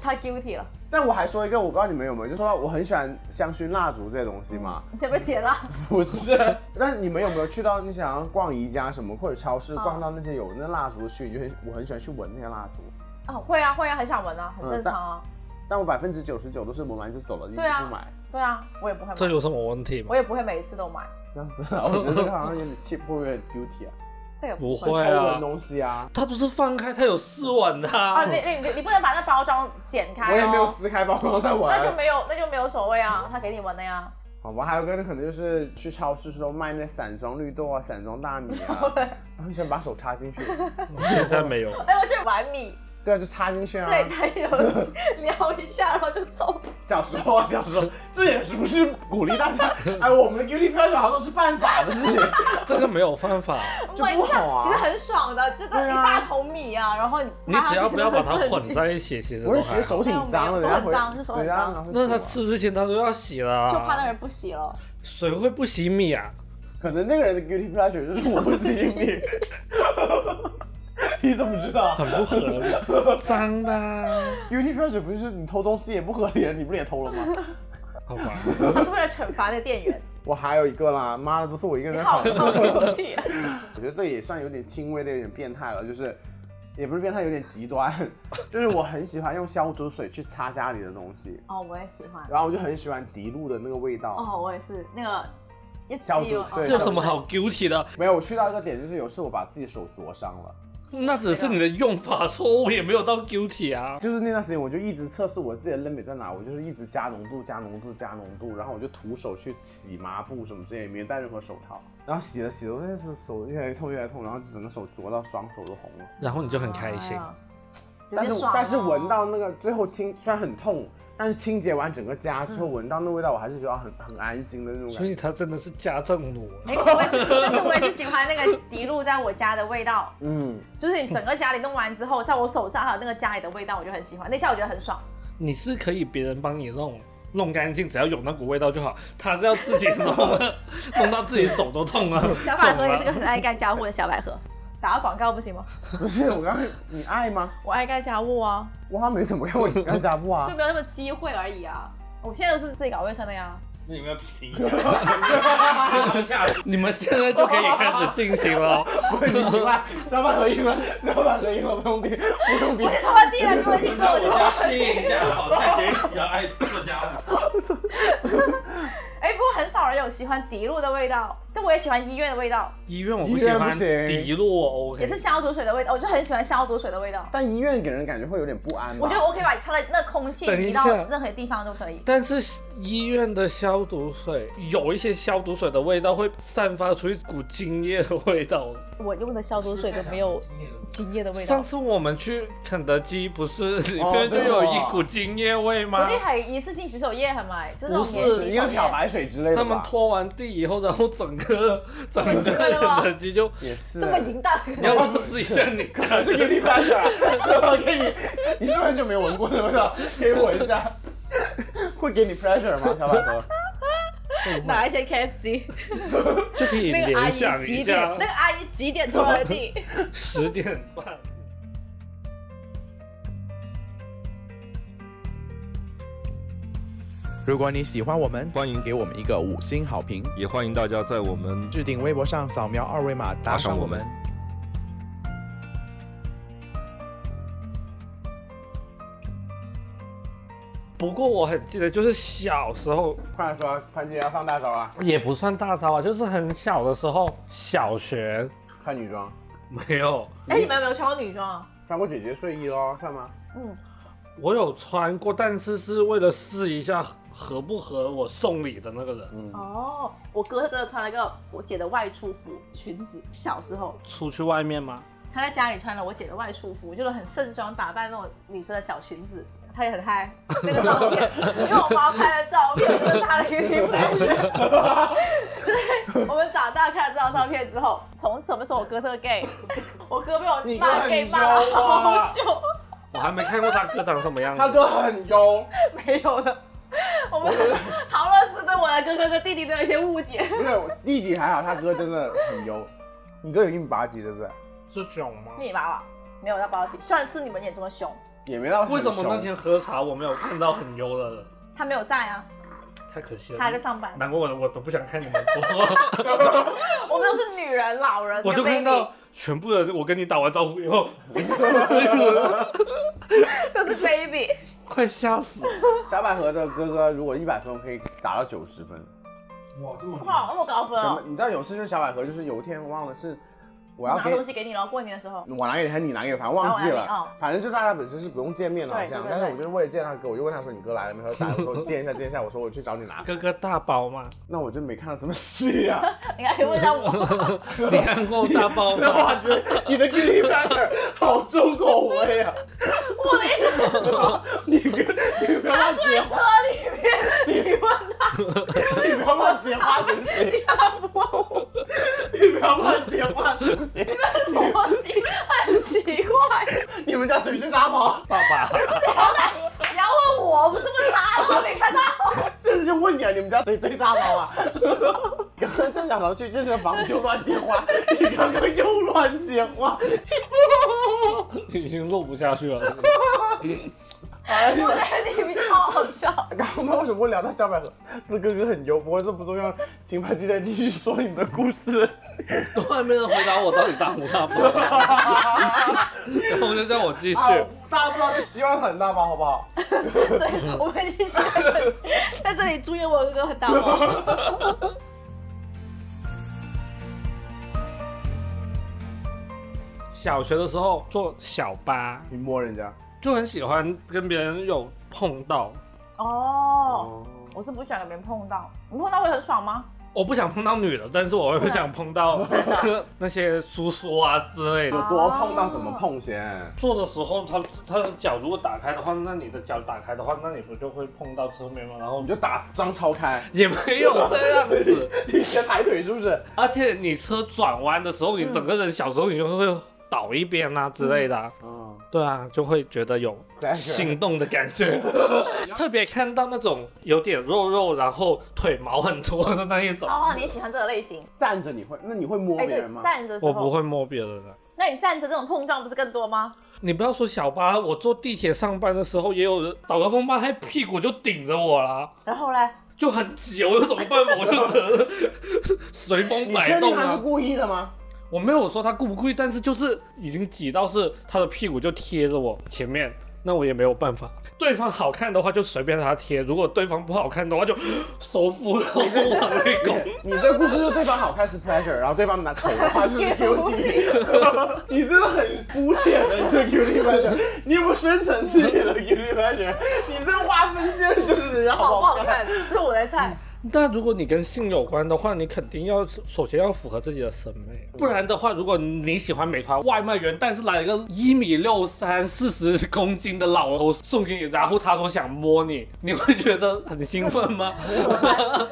Speaker 3: 他 guilty 了，
Speaker 1: 但我还说一个，我不知道你们有没有，就说到我很喜欢香薰蜡烛这些东西嘛。
Speaker 3: 你被解了。
Speaker 1: [laughs] 不是，那你们有没有去到你想要逛宜家什么或者超市，
Speaker 3: 啊
Speaker 1: 逛到那些有那蜡烛区，你就很我很喜欢去闻那些蜡烛，
Speaker 3: 哦，会啊，会啊，很想闻啊，很正常啊。
Speaker 1: 但我百分之九十九都是闻完就走了，一直
Speaker 3: 对啊
Speaker 1: 不买，
Speaker 3: 对啊，我也不会
Speaker 4: 这
Speaker 3: 买，
Speaker 4: 有什么问题吗
Speaker 3: 我？也不会每一次都买，
Speaker 1: 这样子啊， [laughs] 我觉得这个好像有点 cheap，会不会有点 guilty [laughs] 啊？
Speaker 3: 这个
Speaker 4: 不
Speaker 3: 会。
Speaker 4: 会
Speaker 1: 偷闻
Speaker 4: 啊，
Speaker 1: 东西啊，
Speaker 4: 他不是放开，他有试吻
Speaker 3: 啊，
Speaker 4: 他。
Speaker 3: 你你你你不能把那包装剪开、哦。
Speaker 1: 我也没有撕开包装再闻
Speaker 3: 那。就没有，那就没有所谓啊，他给你闻的呀。
Speaker 1: 好吧，还有个可能就是去超市时候卖那散装绿豆啊、散装大米
Speaker 3: [laughs]
Speaker 1: 啊，然后想把手插进去，
Speaker 4: [laughs] 现在没有，
Speaker 3: 哎，我去买米，
Speaker 1: 对啊，就插进去啊。
Speaker 3: 对，
Speaker 1: [laughs]
Speaker 3: 他有撩一下，然后就走。
Speaker 1: 小时候啊，小时候，这也是不是鼓励大
Speaker 4: [laughs]
Speaker 1: 家？哎，我们的 guilty pleasure 好像都是犯法的事情。
Speaker 4: 这个没有犯法，
Speaker 1: 就不好啊
Speaker 3: 哇其实很爽的，就那一大桶米啊，然后你
Speaker 4: 你只要不要把它混
Speaker 1: 啊
Speaker 4: 在一起，其
Speaker 1: [laughs]
Speaker 4: 实
Speaker 1: 我
Speaker 4: 都
Speaker 1: 是其
Speaker 4: 还
Speaker 1: 实
Speaker 4: 好。
Speaker 1: 手挺脏的，
Speaker 3: 没有没
Speaker 1: 人
Speaker 3: 有手
Speaker 1: 家
Speaker 3: 很
Speaker 1: 回
Speaker 3: 脏是手很
Speaker 1: 对啊
Speaker 3: 脏
Speaker 1: 然后
Speaker 4: 那他
Speaker 1: 走啊
Speaker 4: 吃之前他都要洗啦，
Speaker 3: 就怕那人不洗
Speaker 1: [laughs]
Speaker 3: 了。
Speaker 4: 谁会不洗米啊？
Speaker 1: 可能那个人的 guilty pleasure
Speaker 4: [laughs]
Speaker 1: 就是我不洗你。你怎么知道
Speaker 4: 很不合理，脏的啊，
Speaker 1: ？guilty pleasure 不是你偷东西也不合理啊，你不是也偷了
Speaker 4: [laughs]
Speaker 1: 吗？
Speaker 4: 好吧，
Speaker 3: 他是为了惩罚那个
Speaker 1: [laughs]
Speaker 3: 店员。
Speaker 1: 我还有一个啦，妈的，都是我一个人
Speaker 3: 你
Speaker 1: 在
Speaker 3: 好
Speaker 1: 考 [laughs]
Speaker 3: 好。有气啊！
Speaker 1: 我觉得这也算有点轻微的，有点变态了，就是也不是变态，有点极
Speaker 4: [laughs]
Speaker 1: 端，就是我很喜欢用消毒水去擦家里的东西，
Speaker 3: 哦，我也喜欢。
Speaker 1: 然后我就很喜欢迪露的那个味道。
Speaker 3: 哦，我也是那个一哦直
Speaker 1: 消毒
Speaker 3: 有
Speaker 1: 对
Speaker 4: 这有什么好 guilty 的？
Speaker 1: 没有，我去到一个点，就是有次我把自己手灼伤了，
Speaker 4: 那只是你的用法错误，也没有到 guilty 啊。
Speaker 1: 就是那段时间我就一直测试我自己的 limit 在哪，我就是一直加浓度、加浓度、加浓度，然后我就徒手去洗麻布什么之类，没有戴任何手套，然后洗了洗了，但是手越来越痛越来越痛，然后整个手灼到双手都红了。
Speaker 4: 然后你就很开心，
Speaker 1: 啊
Speaker 3: 有
Speaker 1: 但
Speaker 3: 点
Speaker 1: 是
Speaker 3: 爽。啊
Speaker 4: 啊
Speaker 1: 但是闻，到那个最后清虽然很痛，但是清洁完整个家之后闻到那味道，我还是觉得很很安心的那种感
Speaker 4: 嗯所
Speaker 1: 觉。
Speaker 4: 以他真的是家政奴。
Speaker 3: 哎，我也是，但是我也是喜欢那个迪露在我家的
Speaker 1: [laughs]
Speaker 3: 味道，
Speaker 4: [laughs]
Speaker 1: 嗯，
Speaker 3: 就是你整个家里弄完之后，在我手上还有那个家里的味道，我就很喜欢。那下我觉得很爽。
Speaker 4: 你是可以别人帮你弄弄干净，只要有那股味道就好。他是要自己弄
Speaker 1: [laughs]
Speaker 4: 的，弄到自己手都痛了。
Speaker 3: 小百
Speaker 4: 肿
Speaker 3: 合
Speaker 4: 了
Speaker 3: 也是个很爱干家务的小百合，打个广告不行吗？
Speaker 1: 不是我刚刚你爱吗？
Speaker 3: 我爱干家务啊，
Speaker 1: 我好像没怎么看过你干家务啊
Speaker 3: 就。没有那么机会而已啊。我现在都是自己搞卫生的呀。
Speaker 7: 那你们要评一下，下
Speaker 4: 你们现在就可以开始进行了。
Speaker 1: 你赢了，小百合赢了，小百合赢了，不用比，不用比。
Speaker 3: 头发低了，各位听众，
Speaker 7: 那
Speaker 3: 我
Speaker 7: 我
Speaker 3: 就
Speaker 7: 先试
Speaker 8: [laughs]
Speaker 7: 验一下，好看谁比较爱做家务。
Speaker 3: 哎，不过很少人有喜欢迪露的味道，但我也喜欢医院的味道，
Speaker 4: 医院我
Speaker 1: 医
Speaker 4: 不喜
Speaker 1: 院不
Speaker 4: 欢
Speaker 1: 行
Speaker 4: 迪洛，OK，
Speaker 3: 也是消毒水的味道，我就很喜欢消毒水的味道。
Speaker 1: 但医院给人感觉会有点不安吧。
Speaker 3: 我觉得我可以把它的那空气
Speaker 4: 等一
Speaker 3: 移到
Speaker 4: 下
Speaker 3: 任何地方都可以。
Speaker 4: 但是医院的消毒水有一些消毒水的味道会散发出一股精液的味道。
Speaker 3: 我用的消毒水都没有精液的味道
Speaker 4: 上。次我们去肯德基，不是里
Speaker 1: 哦
Speaker 4: 面就
Speaker 1: 对
Speaker 4: 有
Speaker 1: 哦
Speaker 4: 一股精液味
Speaker 3: 国？
Speaker 4: 吗
Speaker 3: 内还有一次性洗手液很买，就是那
Speaker 4: 不
Speaker 3: 种免
Speaker 4: 是
Speaker 3: 洗
Speaker 1: 应该
Speaker 3: 手
Speaker 1: 漂
Speaker 3: 液，
Speaker 1: 白水之类的吧。
Speaker 4: 他们拖完地以后，然后整个整个
Speaker 3: 奇怪了吧
Speaker 4: 肯德基就，
Speaker 1: 也是
Speaker 3: 这么淫荡。
Speaker 4: 你要不试一下你
Speaker 1: 可能是 Guilty Pleasure，给你， [laughs] 你是不是很久没闻过的味道？给我一下，会给你 pressure 吗？小百合，
Speaker 5: 拿一些 KFC，
Speaker 4: 就可以
Speaker 5: 那个阿
Speaker 4: 联
Speaker 5: 姨
Speaker 4: 想一
Speaker 5: 几点
Speaker 4: 下？
Speaker 5: 那个阿姨几点拖了地？
Speaker 4: [laughs] 十点半。
Speaker 1: 如果你喜欢我们，欢迎给我们一个五星好评。
Speaker 9: 也欢迎大家在我们
Speaker 1: 置顶微博上扫描二维码打
Speaker 9: 打赏我们。
Speaker 4: 不过我很记得，就是小时候
Speaker 1: 快说， [laughs] 潘姐要放大招啊！
Speaker 4: 也不算大招啊，就是很小的时候，小学
Speaker 1: 穿女装，
Speaker 4: 没有，
Speaker 3: [laughs] 哎，你们有没有穿过女装啊？
Speaker 1: 穿过姐姐睡衣咯，算吗？
Speaker 3: 嗯，
Speaker 4: 我有穿过，但是是为了试一下合不合我送礼的那个人。
Speaker 3: 哦，我哥是真的穿了一个我姐的外出服裙子，小时候
Speaker 4: 出去外面吗？
Speaker 3: 他在家里穿了我姐的外出服，就是很盛装打扮那种女生的小裙子，他也很嗨。那个照
Speaker 4: [laughs]
Speaker 3: 片，因为我妈拍的照片，就是他的 Guilty Pleasure。就是我们长大看了这张照片之后，从此我们说我哥是个 gay，我哥被我
Speaker 1: 你哥
Speaker 3: 骂
Speaker 1: 很
Speaker 3: gay 骂了
Speaker 1: 优啊
Speaker 3: 好久，
Speaker 4: 我还没看过他哥长什么样
Speaker 1: 他
Speaker 4: 子。
Speaker 1: 哥很优，
Speaker 3: 没有了。 [laughs] 我们陶乐斯对我的哥哥跟弟弟都有一些误解。
Speaker 1: 不是我弟弟还好，他哥真的很优。你哥有一米八几，对不对？
Speaker 4: 是熊吗？
Speaker 3: 密码吧，没有到包体，算是你们眼中的熊，
Speaker 1: 也没到很
Speaker 4: 为什么
Speaker 1: 凶
Speaker 4: 那天喝茶我没有看到很优的人？
Speaker 3: 他没有在啊，
Speaker 4: 太可惜了。
Speaker 3: 他还在上班。
Speaker 4: 难怪我我都不想看你们
Speaker 3: [laughs]
Speaker 4: 做，
Speaker 3: 我们都是女人、老人
Speaker 4: 我
Speaker 3: 跟
Speaker 4: 就
Speaker 3: baby，
Speaker 4: 看到全部人，我跟你打完招呼以后，
Speaker 3: 都是 baby。
Speaker 4: [laughs] 快吓死了。
Speaker 1: 小百合的哥哥如果一百分可以打到九十分，
Speaker 7: 哇，这么
Speaker 3: 哇，那么高分
Speaker 1: 咱
Speaker 3: 哦！
Speaker 1: 们你知道有次就是小百合，就是有一天我忘了是我要
Speaker 3: 拿
Speaker 1: 给
Speaker 3: 东西给你了，过年的时候。
Speaker 1: 我拿给你还是你拿给我，反正忘记
Speaker 3: 然后我拿给
Speaker 1: 了
Speaker 3: 你哦。
Speaker 1: 反正就大家本身是不用见面的，好
Speaker 3: 对
Speaker 1: 像。
Speaker 3: 对对
Speaker 1: 但
Speaker 3: 对
Speaker 1: 是我就是为了见他哥，我就问他说你哥来了没？他说来了。我说见一下见一下。我说我去找你拿。
Speaker 4: 哥哥大包吗？
Speaker 1: 那我就没看到这么细啊。
Speaker 3: 你还可以问一下我，
Speaker 4: [laughs] 你看过大包吗？
Speaker 1: 哇，你的你的 guilty pleasure 好重口味啊！
Speaker 3: 我的意思是
Speaker 1: 你跟你不要
Speaker 3: 他
Speaker 1: 乱
Speaker 3: 坐
Speaker 1: 接
Speaker 3: 在车
Speaker 1: 话，
Speaker 3: 里面，你问他，
Speaker 1: 你不要乱接话行不行？你不要乱接话行不行？
Speaker 3: 逻辑很奇怪。
Speaker 1: 你们家谁是大包？
Speaker 4: 爸爸，
Speaker 3: 你要问我，我不是问他，我没看到。
Speaker 1: 这次就问你啊，你们家谁最大包 [laughs] 啊？刚刚正想要去健身房就乱接话，你刚刚又乱接话。
Speaker 4: 已经录不下去了。
Speaker 1: 哎
Speaker 3: 我
Speaker 1: 呀，
Speaker 3: 觉得你比较好笑。
Speaker 1: 刚刚为什么会聊到小百合？这哥哥很优，不过这不重要，请把今天继续说你的故事。
Speaker 4: 外面人回答我到底大不大包， [laughs] 然后就叫我继续。
Speaker 1: 啊大家不知道就希望很大包，好不好？
Speaker 3: [laughs] 对，我们已经在这里，在这里祝愿我哥哥很大哦 [laughs] 方。
Speaker 4: 小学的时候坐小巴，
Speaker 1: 你摸人家，
Speaker 4: 就很喜欢跟别人有碰到。
Speaker 3: 哦，我是不喜欢跟别人碰到，你碰到会很爽吗？
Speaker 4: 我不想碰到女的，但是我会想碰到那些叔叔啊之类
Speaker 1: 有
Speaker 4: 的。
Speaker 1: 多碰到怎么碰先？
Speaker 4: 坐的时候，他他的脚如果打开的话，那你的脚打开的话，那你不就会碰到侧面吗？然后
Speaker 1: 你
Speaker 4: 你
Speaker 1: 就
Speaker 4: 就
Speaker 1: 打张超开，
Speaker 4: 也没有这样子。
Speaker 1: 你先抬腿是不是？
Speaker 4: 而且你车转弯的时候，你整个人小时候你就会倒一边啊之类的啊、
Speaker 1: 嗯，
Speaker 4: 对啊，就会觉得有
Speaker 1: Pleasure
Speaker 4: 心动的感觉。 [laughs] 特别看到那种有点肉肉，然后腿毛很多的那一种，
Speaker 3: 哦，你喜欢这个类型？
Speaker 1: 站着你会，那你会摸
Speaker 3: 哎，
Speaker 1: 别
Speaker 3: 对
Speaker 1: 人，吗？
Speaker 3: 站着的时
Speaker 4: 我
Speaker 3: 候
Speaker 4: 不。会摸别人的。
Speaker 3: 那你站着这种碰撞不是更多吗？
Speaker 4: 你不要说小巴，我坐地铁上班的时候也有人早高峰妈还屁股就顶着我啦，
Speaker 3: 然后嘞，
Speaker 4: 就很挤，我有什么办法？我就只能 [laughs] 随风
Speaker 1: 你
Speaker 4: 摆
Speaker 1: 确定
Speaker 4: 动
Speaker 1: 他是
Speaker 4: 啊。
Speaker 1: 故意的吗？
Speaker 4: 我没有说他故不故意，但是就是已经挤到是他的屁股就贴着我前面，那我也没有办法。对方好看的话就随便他贴，如果对方不好看的话就 [gasps] 手扶然后往内拱。
Speaker 1: 你这故事就是对方好看是 pleasure，然后对方拿丑的
Speaker 3: [laughs]
Speaker 1: 话是 guilty，你真的很肤浅的这 guilty pleasure，你有没有深层次一点
Speaker 3: [laughs]
Speaker 1: 的 guilty pleasure？你这划分线就是人家好
Speaker 3: 好
Speaker 1: 不
Speaker 3: 不
Speaker 1: 好
Speaker 3: 好
Speaker 1: 看
Speaker 3: 看？是我在猜。
Speaker 4: 但如果你跟性有关的话，你肯定要首先要符合自己的审美，不然的话，如果你喜欢美团外卖员，但是来一个一米六三、四十公斤的老头送给你，然后他说想摸你，你会觉得很兴奋吗？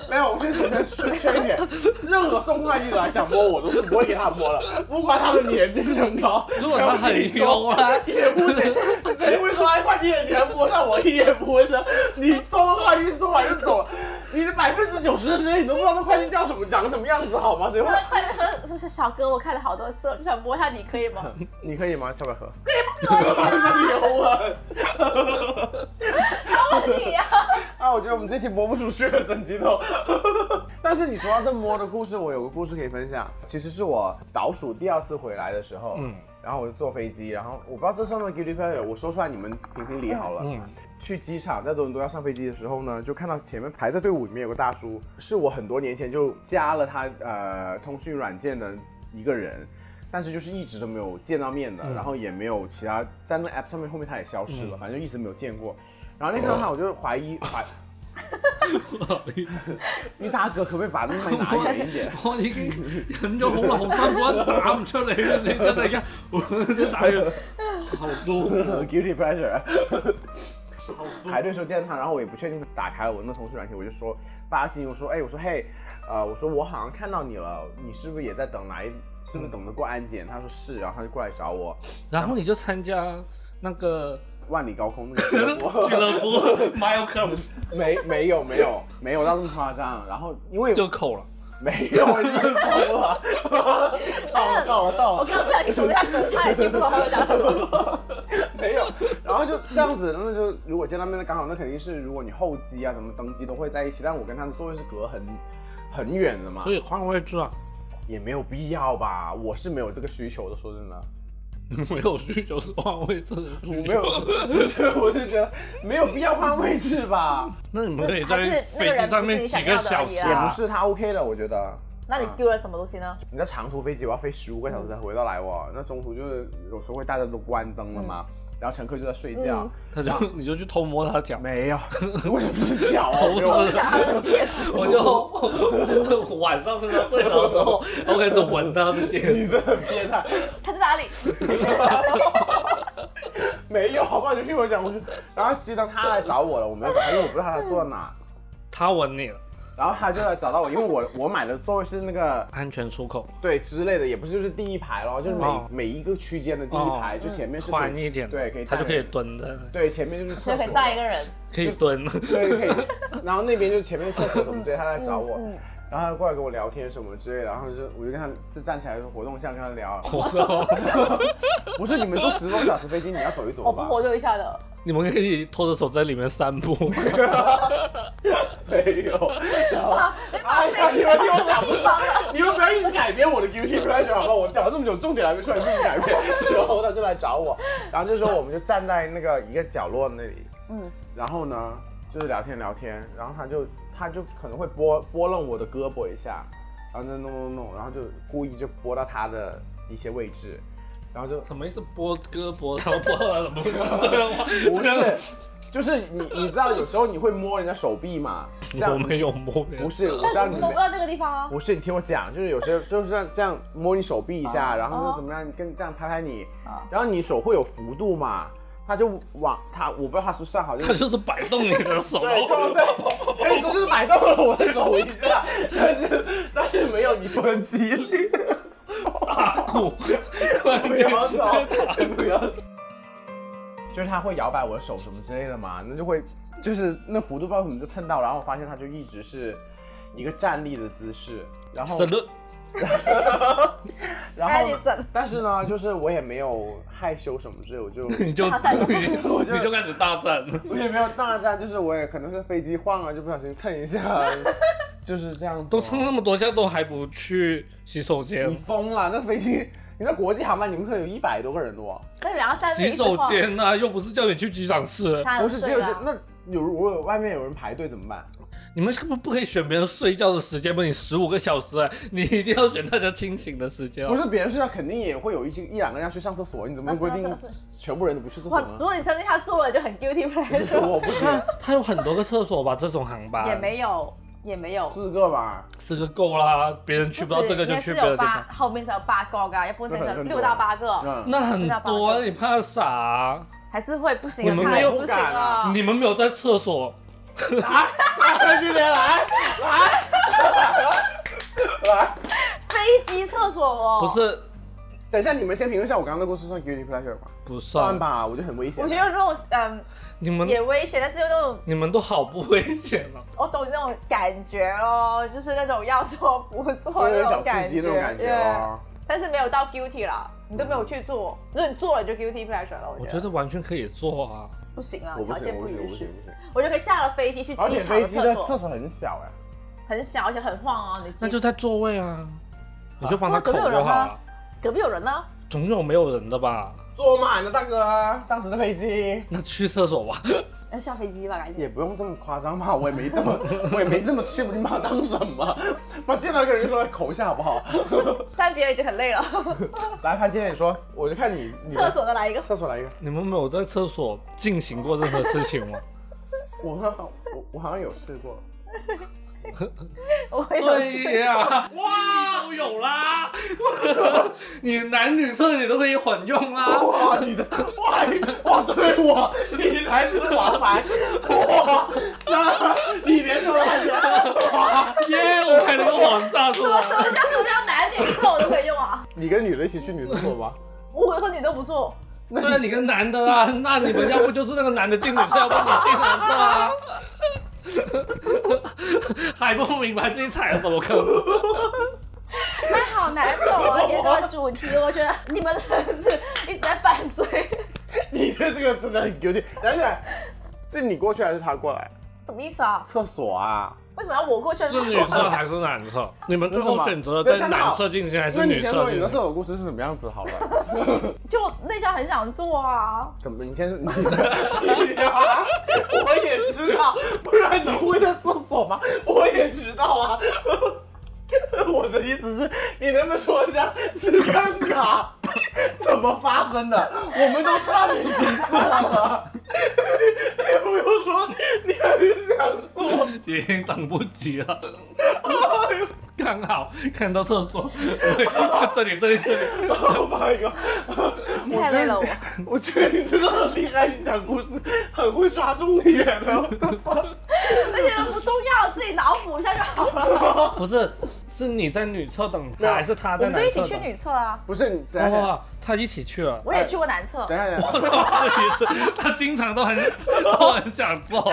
Speaker 1: 没有，我先只能圈圈一点，任何送快递的来想摸我都是不会给他摸的，不管他的年纪身高，
Speaker 4: 如果他 [laughs] 很啊
Speaker 1: 优
Speaker 4: 慵懒
Speaker 1: 也不行，
Speaker 4: [laughs]
Speaker 1: 谁会说哎快递你能摸上我一眼不会说，你收了快递做完就走了，你的百分之九十的时间你都不知道那快递叫什么长什么样子好吗？
Speaker 4: 嗯
Speaker 1: 谁会？
Speaker 3: 快快点说，是不是小哥？我看了好多次，我就想摸一下你，可以吗？
Speaker 1: [laughs] 你可以吗，小百合？
Speaker 3: 有
Speaker 1: 啊，
Speaker 3: 问你啊！
Speaker 1: 啊，我觉得我们这期播不出去了，真激动。 [laughs] 但是你说到这摸的故事，我有个故事可以分享。其实是我倒数第二次回来的时候，嗯
Speaker 4: 嗯，
Speaker 1: 然后我就坐飞机，然后我不知道这算不算 guilty pleasure，我说出来你们评评理好了。嗯
Speaker 4: 嗯，
Speaker 1: 去机场在多伦多要上飞机的时候呢，就看到前面排在队伍里面有个大叔，是我很多年前就加了他呃通讯软件的一个人。但是就是一直都没有见到面的，
Speaker 4: 嗯
Speaker 1: 然后也没有其他在那 app 上面后面他也消失了，
Speaker 4: 嗯哦
Speaker 1: 反正就一直没有见过。然后那天看到他，我就怀疑怀，你大哥可不可以把那
Speaker 4: [laughs]
Speaker 1: 麦拿远一点？
Speaker 4: 我已經忍咗好耐，紅衫褲一打唔出嚟啦！你真係而家，我真打完好舒服。
Speaker 1: Guilty pleasure。排队的时候见到他，然后我也不确定，打开了我那同事软件，我就说八七，我说哎，我说嘿，呃，我说我好像看到你了，你是不是也在等哪一？是不是等得过安检？他说是，然后他就过来找我。
Speaker 4: 然后你就参加那个
Speaker 1: 万里高空那个俱乐部
Speaker 4: [laughs] 俱乐部 Mile Clubs，
Speaker 1: 没没有没有没有到这么夸张。然后因为
Speaker 4: 就扣了，
Speaker 1: 没有，我已经疯了， [laughs] 操了操了操了！
Speaker 3: 我刚刚不小心数了一下时差，也听不懂他们讲什么。
Speaker 1: [laughs] 没有，然后就这样子，那就如果见到面的刚好，那肯定是如果你候机啊，什么登机都会在一起，但我跟他的座位是隔很很远的嘛，
Speaker 4: 所以换位置啊，
Speaker 1: 也没有必要吧，我是没有这个需求的，说真的。
Speaker 4: 没有需求是换位置的
Speaker 1: 我
Speaker 4: 需
Speaker 1: 没有，
Speaker 4: 求。
Speaker 1: 所以我就觉得没有必要换位置吧。
Speaker 4: 那你们可以
Speaker 3: 还
Speaker 4: 在
Speaker 3: 是那个
Speaker 4: 飞
Speaker 3: 人
Speaker 4: 机上面几个小
Speaker 3: 不是你想要的而已
Speaker 4: 时
Speaker 1: 也
Speaker 3: 啊
Speaker 1: 不是他 OK 的，我觉得。
Speaker 3: 那你丢了什么东西呢？
Speaker 1: 你知道长途飞机我要飞十五个小时才回到来我，那中途就是有时候会大家都关灯了嘛，然后乘客就在睡觉。
Speaker 3: 嗯
Speaker 4: 他就你就去偷摸他脚，
Speaker 1: 没有， [laughs] 为什么是脚啊？
Speaker 4: 偷 [laughs]
Speaker 1: 没有
Speaker 4: 摸他的鞋，我就晚上睡着睡着之后，我开始闻他的
Speaker 1: 你
Speaker 4: 鞋，
Speaker 1: 这很变态，
Speaker 3: 他在
Speaker 1: [laughs]
Speaker 3: 哪里？
Speaker 1: 没有，好不好？你听我讲，我
Speaker 4: [laughs]
Speaker 1: 说，然后熄灯，他来找我了，我没有找他，因为我不知道他坐
Speaker 4: [laughs]
Speaker 1: 哪，
Speaker 4: 他闻你了，
Speaker 1: 然后他就来找到我，因为我我买的座位是那个
Speaker 4: 安全出口，
Speaker 1: 对之类的，也不是就是第一排咯，就是每、
Speaker 4: 哦
Speaker 1: 每一个区间的第一排，
Speaker 4: 哦
Speaker 1: 就前面是
Speaker 4: 宽一点，
Speaker 1: 对，可以
Speaker 4: 他
Speaker 1: 站
Speaker 4: 就可以
Speaker 1: 人，
Speaker 4: 蹲在那，
Speaker 1: 对，前面就是
Speaker 3: 就
Speaker 1: 厕
Speaker 3: 可
Speaker 1: 所
Speaker 3: 以，载一个人。
Speaker 4: [laughs] 可以蹲。 [laughs]
Speaker 1: 对，可以，然后那边就是前面厕所什么之类，他来找我。
Speaker 3: 嗯嗯
Speaker 1: 然后他过来跟我聊天什么之类的，然后就我就跟他就站起来活动一下跟他聊，
Speaker 4: 我操！
Speaker 1: 不是你们坐十多个小时飞机，你要走一走
Speaker 3: 哦我不
Speaker 1: 吧？
Speaker 3: 活动一下的，
Speaker 4: 你们可以拖着手在里面散步。
Speaker 1: 没有。然后，哎呀，你们听我讲不上，你们不要一直改编我的 guilty pleasure 好不好？我讲了这么久，重点还没出来，不能改编。然后他就来找我，然后这时候我们就站在那个一个角落那里，
Speaker 3: 嗯，
Speaker 1: 然后呢就是聊天聊天，然后他就他就可能会拨拨弄我的胳膊一下，然后就弄弄弄，然后就故意就拨到他的一些位置，然后就
Speaker 4: 什么意思？拨胳膊，然后拨到什么？这样吗？
Speaker 1: 不
Speaker 4: 啊这
Speaker 1: 是
Speaker 4: 样，
Speaker 1: 就是你你知道有时候你会摸人家手臂嘛，这
Speaker 4: [laughs] 我
Speaker 1: 样
Speaker 4: 没有摸别人。
Speaker 1: 不是我知道
Speaker 3: 但
Speaker 1: 你
Speaker 3: 你
Speaker 1: 没
Speaker 3: 摸不到那个地方啊。
Speaker 1: 不是，你听我讲，就是有些 [laughs] 就是这样这样摸你手臂一
Speaker 4: 啊
Speaker 1: 下，然后就怎么样，跟这样拍拍你，然后你手会有幅度嘛，他就往他，我不知道他是不是算好，就
Speaker 4: [laughs] 他
Speaker 1: 是
Speaker 4: 就是摆动你的手。
Speaker 1: 对，就对，可以说是买到了我的手一下，但是但是没有你说的激烈，
Speaker 4: 大鼓，
Speaker 1: [laughs] 不要走，不要走，就是他会摇摆我的手什么之类的嘛，那就会就是那幅度不知道怎么就蹭到，然后我发现他就一直是一个站立的姿势，然后
Speaker 4: 神论。
Speaker 1: 然后呢，但是呢，就是我也没有害羞什么之类， [laughs] 我就
Speaker 4: 你就
Speaker 3: 大
Speaker 1: [laughs]
Speaker 3: 战
Speaker 1: 我
Speaker 4: 你
Speaker 1: 就
Speaker 4: 你就开始大战。
Speaker 1: 我也没有大战，就是我也可能是飞机晃啊了，就不小心蹭一下， [laughs] 就是这样。
Speaker 4: 都撑那么多下都还不去洗手
Speaker 1: 你
Speaker 4: 间，
Speaker 1: 疯了？那飞机你在国际航班，你们可能有一百多个人多。
Speaker 3: 对，然后在
Speaker 4: 洗手间呐、又不是叫你去机场吃，
Speaker 3: 啊
Speaker 1: 不是只有这那有如果有外面有人排队怎么办？
Speaker 4: 你们是不不可以选别人睡觉的时间吗？你十五个小时、 [laughs] 你一定要选大家清醒的时间、啊
Speaker 1: 不是别人睡觉，肯定也会有一一两个人要去上厕所，你怎么规定
Speaker 3: 啊是啊是
Speaker 1: 全部人都不去厕所
Speaker 3: 哇，
Speaker 1: 呢
Speaker 3: 如？果你真的他做了，就很 guilty pleasure。
Speaker 1: 我不
Speaker 4: 他他有很多个厕所吧？这种航班
Speaker 3: 也没有，也没有。
Speaker 1: 四个吧，
Speaker 4: 四个够啦，别人去不到这个就去
Speaker 3: 应该是
Speaker 4: 别的
Speaker 3: 有
Speaker 4: 地
Speaker 3: 八
Speaker 4: 方，，
Speaker 3: 后面才有八个啊，要不然
Speaker 4: 那
Speaker 3: 才
Speaker 4: 很多
Speaker 3: 六到八个，
Speaker 1: 嗯 [laughs]
Speaker 4: 那很多
Speaker 3: 六到
Speaker 4: 啊，
Speaker 3: 八个
Speaker 4: 你怕啥、
Speaker 3: 还是会不行
Speaker 4: 你
Speaker 3: 的，
Speaker 4: 们没有
Speaker 3: 不行啊。
Speaker 4: 你们没有在厕所。
Speaker 1: 来，今天来来来，
Speaker 3: 飞机厕所哦，
Speaker 4: 不是，
Speaker 1: 等一下你们先评论一下我刚刚那故事算 guilty pleasure 吗？
Speaker 4: 不
Speaker 1: 算，算吧，我觉得很危险。
Speaker 3: 我觉得如果嗯，
Speaker 4: 你们
Speaker 3: 也危险，但是又那种
Speaker 4: 你们都好不危险
Speaker 3: [laughs]
Speaker 4: 啊！
Speaker 3: 我懂那种感觉咯，就是那种要做不做
Speaker 1: 有
Speaker 3: 那
Speaker 1: 点
Speaker 3: 种
Speaker 1: 小
Speaker 3: 感
Speaker 1: 刺
Speaker 3: 觉，
Speaker 1: 激那种感觉
Speaker 3: yeah
Speaker 1: 哦。
Speaker 3: 但是没有到 guilty 啦，你都没有去做，如果你做了就 guilty pleasure 了，我
Speaker 4: 我
Speaker 3: 觉得
Speaker 4: 觉得完全可以做啊。
Speaker 3: 不行啊，
Speaker 1: 我不
Speaker 3: 条件
Speaker 1: 行，我不行，我
Speaker 3: 允
Speaker 1: 不
Speaker 3: 许
Speaker 1: 行，。不行。
Speaker 3: 我就可以下了飞机去
Speaker 1: 而
Speaker 3: 机
Speaker 1: 且
Speaker 3: 场
Speaker 1: 飞机的厕
Speaker 3: 所，
Speaker 1: 所很小哎，
Speaker 3: 很小而且很晃啊，你
Speaker 4: 那就在座位啊，你就帮他
Speaker 3: 啊
Speaker 4: 口
Speaker 3: 坐
Speaker 4: 就
Speaker 3: 隔壁有人
Speaker 4: 好
Speaker 3: 吗
Speaker 4: 了。
Speaker 3: 隔壁有人呢，
Speaker 4: 总有没有人的吧？
Speaker 1: 坐满了大哥，当时的飞机。
Speaker 4: 那去厕所吧。 [laughs]
Speaker 3: 要下飞机吧，赶紧。
Speaker 1: 也不用这么夸张吧，我也没这么，我也没这么去，我把当什么？我见到一个人就说口一下好不好？ [laughs]
Speaker 3: 但别人已经很累了， [laughs]
Speaker 1: 来，潘经理说，我就看你，你
Speaker 3: 厕所的来一个。
Speaker 1: 厕所来一个。
Speaker 4: 你们没有在厕所进行过任何事情吗？
Speaker 1: 我好像我我好像有试过，
Speaker 3: 我也有试
Speaker 4: 对呀、哇，都有啦！ [laughs] 你男女厕你都可以混用啊啦。
Speaker 1: 哇你的哇你哇对我你才是王牌，哇那你别说了，潘经理哇
Speaker 4: 耶、我开了个网站是吧？
Speaker 3: 什么叫什么叫男女厕我都可以用啊？
Speaker 1: 你跟女的一起去女厕所吧，
Speaker 3: 我和你都不做，
Speaker 4: 对啊，你跟男的啊，那你们要不就是那个男的进女厕，要不你进男厕啊？ [laughs] 还不明白自己踩了什么坑？
Speaker 3: 那好难懂啊！今天这个主题，我觉得你们真的是一直在犯罪，
Speaker 1: [laughs] 你的这个真的很有点，而且是你过去还是他过来？
Speaker 3: 什么意思啊？
Speaker 1: 厕所啊，
Speaker 3: 为什么要我过去？
Speaker 4: 是女厕还是男厕？你们最后选择在男厕进行还是
Speaker 1: 那
Speaker 4: 女
Speaker 1: 你先
Speaker 4: 厕
Speaker 1: 说你
Speaker 4: 进
Speaker 1: 的厕
Speaker 4: 行？
Speaker 1: 所故事是什么样子好了？
Speaker 3: 就那下很想做啊，
Speaker 1: [laughs] 怎么？你先说，你你啊， [laughs] 我也知道，不然能会在厕所吗？我也知道啊。 [laughs] 我的意思是，你能不能说一下是看卡怎么发生的？我们都知道你怎么 [laughs] 了，你不用说，你很想做。
Speaker 4: 已经等不及了， [laughs] 刚好看到厕所， [laughs] 对这里这里这里，
Speaker 1: Oh my god！
Speaker 3: 太累 [laughs] 了我。
Speaker 1: 我觉得你真的很厉害，你讲故事很会抓重点的。
Speaker 3: 而且都不重要，自己脑补一下就好了。
Speaker 4: 不是，是你在女厕等
Speaker 1: 没有
Speaker 4: 他，还是他
Speaker 3: [laughs] 我
Speaker 4: 在
Speaker 3: 们就
Speaker 4: 男
Speaker 3: 一
Speaker 4: 厕
Speaker 3: 起
Speaker 4: 等？
Speaker 3: 去女厕啊，
Speaker 1: [laughs] 不是，你等一下，
Speaker 4: 哇，他一起去了。
Speaker 3: 我也去过男厕
Speaker 1: 等，一下，等一下。
Speaker 4: 我的意思，他经常都很都很想做。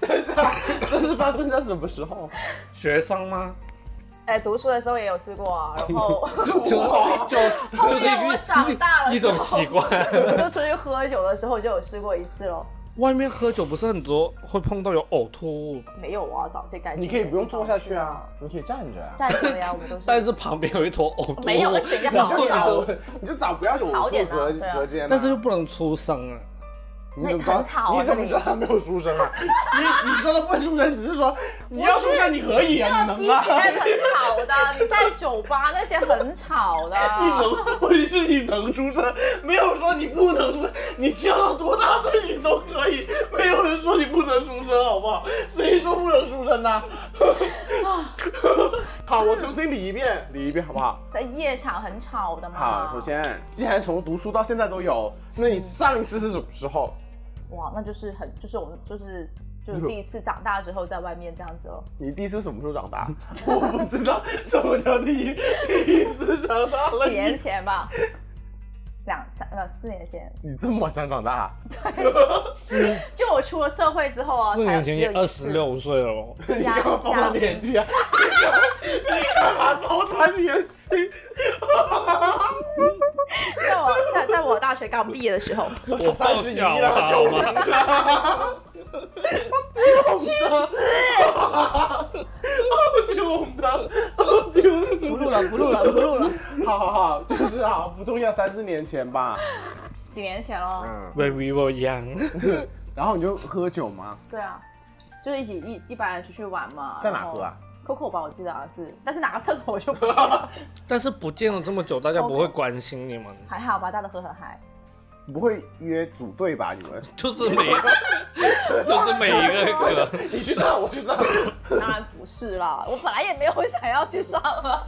Speaker 1: 等一下，这是发生在什么时候？
Speaker 4: 学生吗？
Speaker 3: 哎，读书的时候也有试过啊，然 [laughs] 后
Speaker 4: 就就
Speaker 3: 后
Speaker 4: 就是一
Speaker 3: 面我长大
Speaker 4: 个
Speaker 3: 了
Speaker 4: 一种习惯。
Speaker 3: 就出去喝酒的时候就有试过一次咯。
Speaker 4: 外面喝酒不是很多会碰到有呕吐物，
Speaker 3: 没有啊，找些干净。
Speaker 1: 你可以不用坐下去，啊，你可以站着啊。
Speaker 3: 站着呀，我们
Speaker 1: [laughs]
Speaker 3: 都是。
Speaker 4: 但是旁边有一坨呕吐物，
Speaker 3: 没有那谁家
Speaker 4: 然
Speaker 1: 你
Speaker 4: 后
Speaker 1: 就
Speaker 4: 你
Speaker 1: 找
Speaker 4: 就，
Speaker 1: 你就找不要有
Speaker 3: 好点啊
Speaker 1: 隔
Speaker 3: 对啊
Speaker 1: 隔间啊。
Speaker 4: 但是又不能出声啊。
Speaker 1: 你怎么知
Speaker 3: 那很吵
Speaker 1: 道？
Speaker 3: 啊
Speaker 1: 你怎么知道他没有出声啊？你你说的不出声，只是说你要出声你可以啊，你能吗？
Speaker 3: 哎，很吵的，你在酒吧那些很吵的。
Speaker 1: [laughs] 你能，问题是你能出声，没有说你不能出声。你叫到多大声你都可以，没有人说你不能出声，好不好？谁说不能出声呢、
Speaker 3: [laughs]
Speaker 1: 好，我重新理一遍，理一遍好不好？
Speaker 3: 在夜场很吵的嘛。
Speaker 1: 好，首先，既然从读书到现在都有，那你上一次是什么时候？
Speaker 3: 哇，那就是很，就是我们就是就是第一次长大之后在外面这样子咯。
Speaker 1: 你第一次什么时候长大？ [laughs] 我不知道什么叫第一第一次长大了。
Speaker 3: 几年前吧，两三呃四年前，
Speaker 1: 你这么晚上长大，啊
Speaker 3: 就我出了社会之后啊，
Speaker 4: 四年前
Speaker 3: 才有只
Speaker 4: 也
Speaker 3: 有
Speaker 4: 二
Speaker 3: 一次
Speaker 4: 十，六岁
Speaker 1: [laughs]
Speaker 4: 了哦，
Speaker 1: 你
Speaker 3: 呀
Speaker 1: 干嘛报他
Speaker 3: 呀
Speaker 1: 年纪啊？你干嘛报他年纪？
Speaker 3: 在我在在我大学刚毕业的时候，
Speaker 4: 我
Speaker 1: 三
Speaker 4: 爆
Speaker 1: 十一
Speaker 4: 笑了
Speaker 1: 了，
Speaker 4: 好
Speaker 1: 九
Speaker 4: 吗？
Speaker 1: 零了。去死！好丢的，好丢的！
Speaker 3: 不录了不录了不录了，
Speaker 1: 好好好，就是好不重要，三四年前吧。
Speaker 3: 几年前咯。
Speaker 4: When we were young，
Speaker 1: 然后你就喝酒吗？
Speaker 3: 对啊，就是一起一一般人出去玩嘛。
Speaker 1: 在哪喝啊
Speaker 3: ？Coco 吧，我记得好像是，但是哪个厕所我就不记
Speaker 1: [laughs]
Speaker 3: 得。
Speaker 4: 但是不见了这么久，大家不会关心你们，
Speaker 3: 还好吧，大家都喝很嗨。
Speaker 1: 你不会约组队吧？你们
Speaker 4: 就是每 [laughs] 就是每一
Speaker 1: [laughs]
Speaker 4: 个歌，
Speaker 1: 你去上，我去上。
Speaker 3: 当然不是啦， [laughs] 我本来也没有想要去上
Speaker 1: [laughs]
Speaker 3: 啊，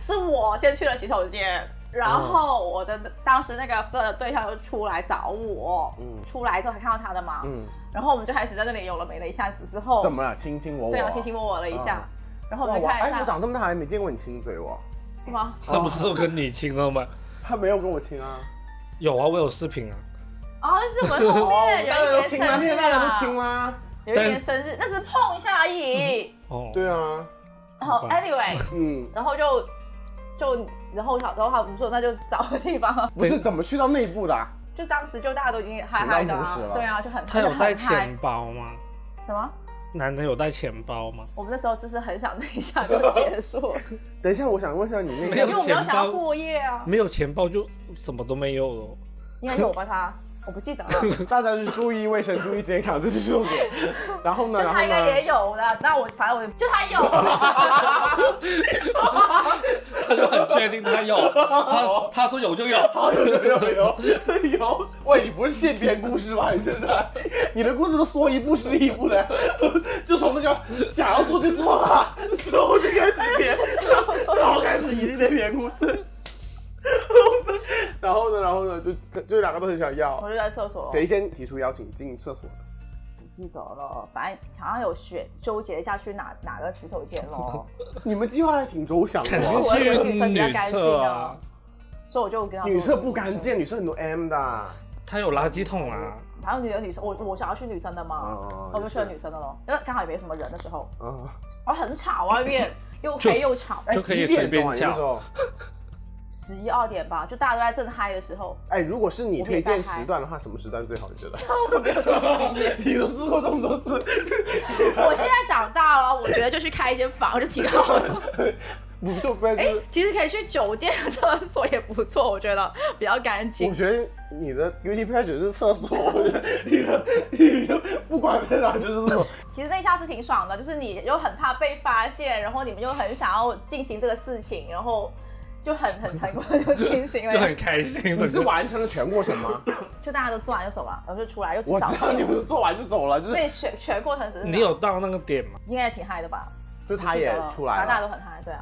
Speaker 3: 是我先去了洗手间，然后
Speaker 1: 嗯
Speaker 3: 我的当时那个 f l 的对象就出来找我，
Speaker 1: 嗯
Speaker 3: 出来之后还看到他的嘛，
Speaker 1: 嗯，
Speaker 3: 然后我们就开始在那里有了没了一下子之后，
Speaker 1: 怎么了？亲亲我我。
Speaker 3: 对啊，卿卿我我了一下，
Speaker 1: 嗯
Speaker 3: 然后我
Speaker 1: 哇
Speaker 3: 们就
Speaker 1: 哇
Speaker 3: 看
Speaker 1: 哎，
Speaker 3: 一
Speaker 1: 我
Speaker 3: 下，
Speaker 1: 长这么大还没见过你亲嘴哦我。
Speaker 3: 是吗？
Speaker 4: 那不是都跟你亲了吗？
Speaker 1: 他没有跟我亲啊。
Speaker 4: 有啊，我有视频啊。
Speaker 3: 哦，那是我们后面
Speaker 1: 大家
Speaker 3: 有
Speaker 1: 都
Speaker 3: 一
Speaker 1: 哎亲
Speaker 3: 年
Speaker 1: 啦，
Speaker 3: 生
Speaker 1: 那
Speaker 3: 日
Speaker 1: 天大家都亲
Speaker 3: 啊，
Speaker 1: 啦。
Speaker 3: 有一年生日，那是碰一下而已。
Speaker 4: 哦，
Speaker 1: 对啊，
Speaker 3: 然后
Speaker 4: 好吧
Speaker 3: anyway，
Speaker 1: 嗯，
Speaker 3: 然后就就然后好，然后好，我们说那就找个地方 [laughs] 啊，
Speaker 1: 不是怎么去到内部的啊？
Speaker 3: 就当时就大家都已经嗨嗨的
Speaker 1: 情到
Speaker 3: 啊
Speaker 1: 浓时了，
Speaker 3: 对啊，就很
Speaker 4: 他有带
Speaker 3: 很嗨
Speaker 4: 钱包吗？
Speaker 3: 什么？
Speaker 4: 男的有带钱包吗？
Speaker 3: 我们那时候就是很想那一下就结束，
Speaker 1: 等一下，我想问一下你那
Speaker 4: 没
Speaker 3: 因
Speaker 4: 有
Speaker 3: 为我没有想要过夜
Speaker 4: [laughs]
Speaker 3: 啊，
Speaker 4: 没有钱包就什么都没有了。
Speaker 3: 应该有吧他，我不记得了，
Speaker 1: 个，大家就是注意卫生，注意健康，这是重点。 [laughs] 然后呢？
Speaker 3: 就
Speaker 1: 然后
Speaker 3: 他应该也
Speaker 1: 呢？
Speaker 3: 有的，啊那我反正我就他有，
Speaker 4: 他就很确定他有，
Speaker 1: [laughs]
Speaker 4: 他他说有就有。
Speaker 1: 有有有 [laughs] 有！喂，你不是现编故事吧？你现在，你的故事都说一步是一步的， [laughs] 就从那个想要做就做了，啊之后就开始
Speaker 3: [laughs]
Speaker 1: [laughs] 编，然后开始一系列编故事。 [laughs] 然后呢？然后呢？就就两个都很想要
Speaker 3: 我，就在厕所，
Speaker 1: 谁先提出邀请进厕所的？
Speaker 3: 不记得了，反正好像有选纠结一下去哪哪个洗手间咯，
Speaker 1: 你们计划还挺周详
Speaker 4: 肯
Speaker 1: 的
Speaker 4: 定
Speaker 1: 哦。
Speaker 3: 我以为
Speaker 4: 是
Speaker 3: 女生比较干净
Speaker 4: 厕
Speaker 3: 啊
Speaker 4: 啊，
Speaker 3: 所以我就跟他说
Speaker 1: 女厕不干净，女厕很多 M 的。啊
Speaker 4: 他有垃圾桶啊，
Speaker 3: 然后女的女生，我我想要去女生的嘛，
Speaker 1: 哦
Speaker 3: 我就去了女生的咯，因为刚好也没什么人的时候，
Speaker 1: 啊，
Speaker 3: 然后很吵啊，因为又黑又吵，
Speaker 1: 哎
Speaker 4: [laughs] 就可以
Speaker 1: 几点
Speaker 4: 随便
Speaker 1: 钟啊你那
Speaker 4: 叫
Speaker 1: 时候
Speaker 3: 十一二点吧，就大家都在正嗨的时候，
Speaker 1: 哎，如果是你推
Speaker 3: 我
Speaker 1: 荐
Speaker 3: 没在嗨
Speaker 1: 时段的话，什么时段最好？你觉得？
Speaker 3: [laughs] 我没有这种经验。
Speaker 1: 你都试过这么多次， [laughs]
Speaker 3: 我现在长大了，我觉得就去开一间房就挺好的。
Speaker 1: [laughs] 不就不
Speaker 3: 哎
Speaker 1: 是？，
Speaker 3: 其实可以去酒店的厕所也不错，我觉得比较干
Speaker 1: 我
Speaker 3: 净。
Speaker 1: 觉得你的 beauty pleasure 是厕所，我觉得你的你的不管在哪就是
Speaker 4: [laughs]
Speaker 1: 厕所。
Speaker 3: 其实那一下是挺爽的，就是你又很怕被发现，然后你们又很想要进行这个事情，然后就很很成功地就进行
Speaker 1: [laughs]
Speaker 4: 就
Speaker 3: 了
Speaker 4: 很，开心。
Speaker 1: 你是完成了全过程
Speaker 3: [laughs]
Speaker 1: 吗？
Speaker 3: 就大家都做完就走了，然后就出来又去
Speaker 1: 我
Speaker 3: 找
Speaker 1: 知道你
Speaker 3: 别
Speaker 1: 们
Speaker 3: 人。
Speaker 1: 都做完就走了，就是
Speaker 3: 那全全过程只是
Speaker 1: 啊
Speaker 4: 你有到那个点吗？
Speaker 3: 应该挺嗨的吧？
Speaker 1: 就他
Speaker 3: 记
Speaker 1: 也
Speaker 3: 得了
Speaker 1: 出来
Speaker 3: 反正大家都
Speaker 1: 了。
Speaker 3: 很嗨，对
Speaker 4: [laughs]
Speaker 3: 啊。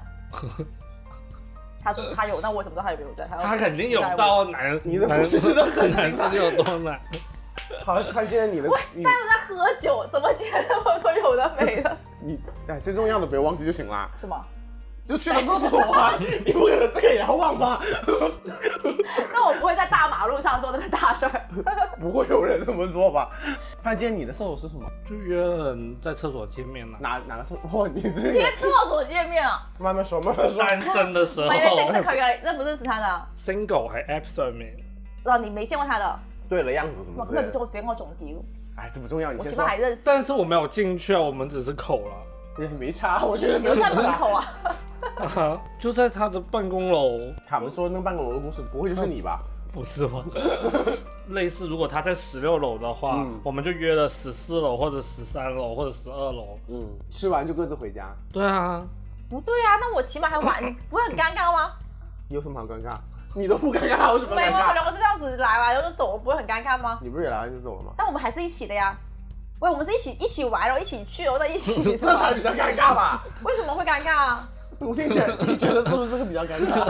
Speaker 3: 他说他有，那我怎么知道他有没有在？他
Speaker 4: 他肯定有
Speaker 3: 在
Speaker 4: 到啊
Speaker 3: 我
Speaker 4: 男，
Speaker 1: 啊你的
Speaker 4: 男
Speaker 1: 故事真的很
Speaker 4: 男生有多难？
Speaker 1: 好，看见你的你
Speaker 3: 大家都在喝酒，怎么见那么多有的没的？
Speaker 1: 你哎，最重要的别忘记就行啦。
Speaker 3: 是吗？
Speaker 1: 就去了厕所啊， [laughs] 你不可能这个也要忘吧？ [laughs]
Speaker 3: 那我不会在大马路上做这个大事儿。 [laughs]
Speaker 1: 不会有人这么做吧？那今天你的厕所是什么？
Speaker 4: 就约了人在厕所见面啊了。
Speaker 1: 哪哪个厕所？哇，哦你这
Speaker 3: 今
Speaker 1: 个
Speaker 3: 天厕所见面啊，
Speaker 1: 慢慢说，慢慢说。
Speaker 4: 单身的时候
Speaker 3: 没认这可原来认不认识他的？啊
Speaker 4: ，single 还 app 上面，
Speaker 3: 哦，你没见过他的，
Speaker 1: 对了，样子什么
Speaker 3: 哇，
Speaker 1: 之
Speaker 3: 那
Speaker 1: 类
Speaker 3: 你
Speaker 1: 的。
Speaker 3: 就别跟我总丢。
Speaker 1: 哎，这不重要，你
Speaker 3: 我
Speaker 1: 先
Speaker 3: 起
Speaker 1: 说
Speaker 3: 码。还认识，
Speaker 4: 但是我没有进去啊，我们只是口
Speaker 1: [laughs]
Speaker 4: 了。
Speaker 1: 也没差，我觉得没
Speaker 3: 留
Speaker 1: 有
Speaker 3: 在
Speaker 1: 差。
Speaker 3: 门口啊。 [laughs]
Speaker 4: 啊哈，就在他的办公楼，
Speaker 1: 卡门说那个办公楼的故事，不会就是你吧？
Speaker 4: 不是吗？ [laughs] 类似，如果他在十六楼的话，
Speaker 1: 嗯
Speaker 4: 我们就约了十四楼或者十三楼或者十二楼。
Speaker 1: 嗯，吃完就各自回家，
Speaker 4: 对啊，
Speaker 3: 不对啊，那我起码还晚，你不会很尴尬吗？
Speaker 1: 有什么好尴尬？你都不尴尬，有什么
Speaker 3: 没
Speaker 1: 尴
Speaker 3: 有，可能
Speaker 1: 尬？
Speaker 3: 我就这样子来完然后就走了，不会很尴尬吗？
Speaker 1: 你不是也来了就走了吗？
Speaker 3: 但我们还是一起的呀。喂，我们是一起一起玩，然后一起去，然后在
Speaker 1: [laughs]
Speaker 3: 一起
Speaker 1: 这才比较尴尬吧？
Speaker 3: 为什么会尴尬啊？
Speaker 1: 吴天选，你觉得是不是这个比较尴 [laughs] 尬？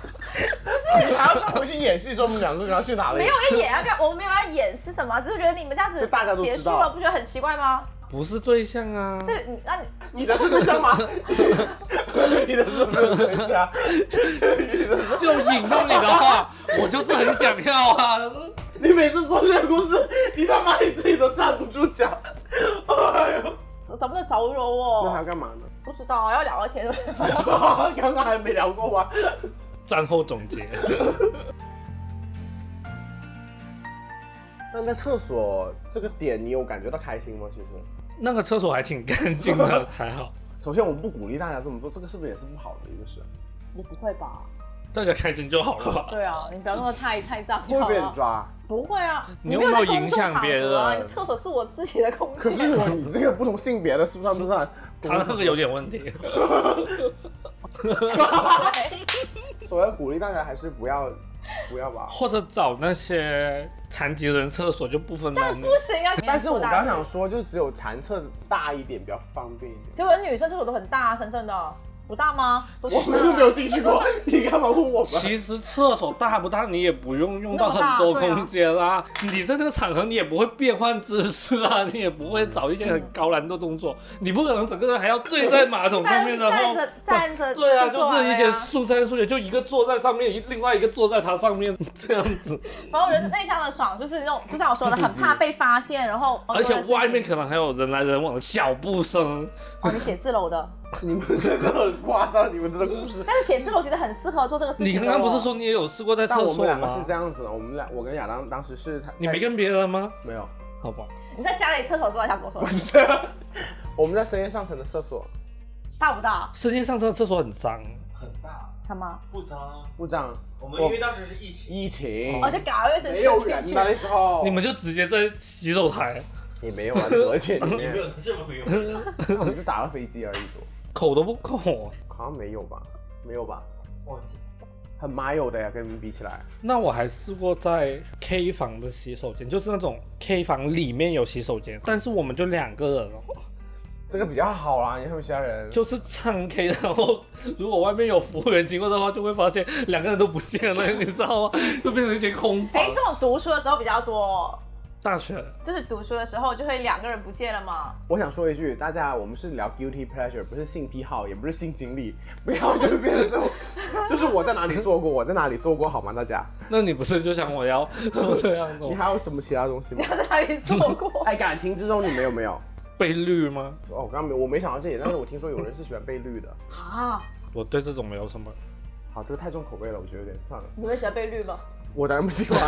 Speaker 1: 不是，你还要再回去演戏，说我们两个人要去哪里？
Speaker 3: 没有要演，要干，我们没有要演是什么？只是觉得你们这样子
Speaker 1: 就大家都
Speaker 3: 结
Speaker 1: 知
Speaker 3: 束
Speaker 1: 道
Speaker 3: 了，不觉得很奇怪吗？
Speaker 4: 不是对象啊，
Speaker 3: 这你那你
Speaker 1: 你的是对象吗？ [laughs] 你的是不是对象？
Speaker 4: [laughs] 就引用你的话， [laughs] 我就是很想要啊。
Speaker 1: 你每次说这个故事，你他妈你自己都站不住脚。哎呦，
Speaker 3: 怎么的找我
Speaker 1: 那还要
Speaker 3: 哦？
Speaker 1: 干嘛呢？
Speaker 3: 不知道，要聊个天。
Speaker 1: [laughs] 刚刚还没聊过吗？
Speaker 4: 战后总结，
Speaker 1: 那在厕所这个点，你有感觉到开心吗？其实，
Speaker 4: [laughs] 那个厕 [laughs] 所还挺干净的，还好。
Speaker 1: 首先我们不鼓励大家这么做，这个是不是也是不好的一个事？
Speaker 3: 也不会吧？
Speaker 4: 大家开心就好了。
Speaker 3: 对啊，你不要弄得太太脏就
Speaker 1: 会
Speaker 3: 好啊
Speaker 1: 被人
Speaker 3: 了。
Speaker 1: 抓。
Speaker 3: 不会啊，
Speaker 1: 你
Speaker 3: 没有
Speaker 1: 有没有
Speaker 3: 在公
Speaker 1: 影
Speaker 3: 众
Speaker 1: 响
Speaker 3: 场
Speaker 1: 别
Speaker 3: 合啊
Speaker 1: 人
Speaker 3: 你厕所是我自己的空
Speaker 1: 可
Speaker 3: 间。
Speaker 1: 是
Speaker 3: [laughs]
Speaker 1: 我你这个不同性别的算不算不算？
Speaker 4: 他那个有点问题。
Speaker 1: 所以鼓励大家还是不要不要
Speaker 3: [laughs]
Speaker 1: 吧。
Speaker 4: [laughs] 或者找那些残疾人厕所就不分男女。
Speaker 3: 行啊
Speaker 1: 但是我刚想说，就只有残厕大一点比较方便一点。
Speaker 3: 结果女生厕所都很大啊，深圳的不大吗？不是啊
Speaker 1: 我们又没有进去过，你干嘛问我们？
Speaker 4: 其实厕所大不大，你也不用用到
Speaker 3: 那么
Speaker 4: 很
Speaker 3: 大
Speaker 4: 多空间啦、你在那个场合，你也不会变换姿势啊， [laughs] 你也不会找一些很高难度动作，你不可能整个人还要醉在马桶上面，然
Speaker 3: 站
Speaker 4: 后
Speaker 3: 着站着
Speaker 4: 对啊，
Speaker 3: 做
Speaker 4: 就
Speaker 3: 完
Speaker 4: 是
Speaker 3: 了
Speaker 4: 一
Speaker 3: 呀
Speaker 4: 些速战速决，就一个坐在上面，一另外一个坐在它上面 [laughs] 这样子，
Speaker 3: 反正我觉得内向的爽就是那种，就像我说的，
Speaker 4: 是是
Speaker 3: 很怕被发现，然后
Speaker 1: 哦
Speaker 3: 哦
Speaker 4: 而
Speaker 1: 啊
Speaker 4: 且外
Speaker 3: 面
Speaker 4: 面可能还有人来人往的脚步声。
Speaker 3: 哦，你写字楼的，
Speaker 1: 你们真的很夸张，你们的故事。
Speaker 3: 但是写字楼其实很适合做这个事情。
Speaker 4: 你刚刚不是？说你也有试过在
Speaker 1: 但
Speaker 4: 厕
Speaker 1: 我们
Speaker 4: 所
Speaker 1: 两个是
Speaker 4: 吗
Speaker 1: 这？样子的，我们俩我跟亚当当时是他，
Speaker 4: 你没跟别人吗？
Speaker 1: 没有，
Speaker 4: 好吧。
Speaker 3: 你在家里厕所的时候还想跟我说，
Speaker 1: 我们在深夜上层的厕所，
Speaker 3: 大不大？
Speaker 4: 深夜上厕厕所很脏，
Speaker 7: 很大，
Speaker 3: 干嘛？
Speaker 7: 不脏。
Speaker 1: 部长，
Speaker 7: 我们因为当时是疫情，
Speaker 1: 疫情，
Speaker 3: 哦，就搞卫生
Speaker 1: 没有
Speaker 3: 间
Speaker 1: 人
Speaker 3: 进
Speaker 1: 的那
Speaker 3: 去。
Speaker 1: 时候，
Speaker 4: 你们就直接在洗手台，
Speaker 1: 也没有啊，而且你
Speaker 7: [laughs] 也没有这么有名。
Speaker 1: [laughs] 只是打了飞机而已，
Speaker 4: 口哦都不口。
Speaker 1: 好像没有吧？没有吧？
Speaker 7: 忘记
Speaker 1: 很麻友的呀，跟你们比起来，
Speaker 4: 那我还试过在 K 房的洗手间，就是那种 K 房里面有洗手间，但是我们就两个人哦，
Speaker 1: 这个比较好啊啦。你还有其他人，
Speaker 4: 就是唱 K，然后如果外面有服务员经过的话，就会发现两个人都不见了， [laughs] 你知道吗？就变成一间空房
Speaker 3: 哎，。这种读书的时候比较多，
Speaker 4: 大学
Speaker 3: 就是读书的时候就会两个人不见了嘛。 [laughs]
Speaker 1: 我想说一句，大家我们是聊 guilty pleasure，不是性癖好，也不是性经历，不要就变成这 [laughs] 种，就是我在哪里做过，我在哪里做过，好吗？大家，
Speaker 4: 那你不是就想我要说这样子
Speaker 1: 你
Speaker 4: 吗？
Speaker 1: 还有什么其他东西吗 [laughs]
Speaker 3: 你？要在哪里做过？
Speaker 1: 哎，感情之中你们有没有？
Speaker 4: 被绿吗？
Speaker 1: 哦，我刚没，我没想到这里，但是我听说有人是喜欢被绿 [laughs] 的。
Speaker 3: 啊，
Speaker 4: 我对这种没有什么，
Speaker 1: 好，这个太重口味了，我觉得有点算了。
Speaker 3: 你会喜欢被绿吗？
Speaker 1: 我当然不喜欢，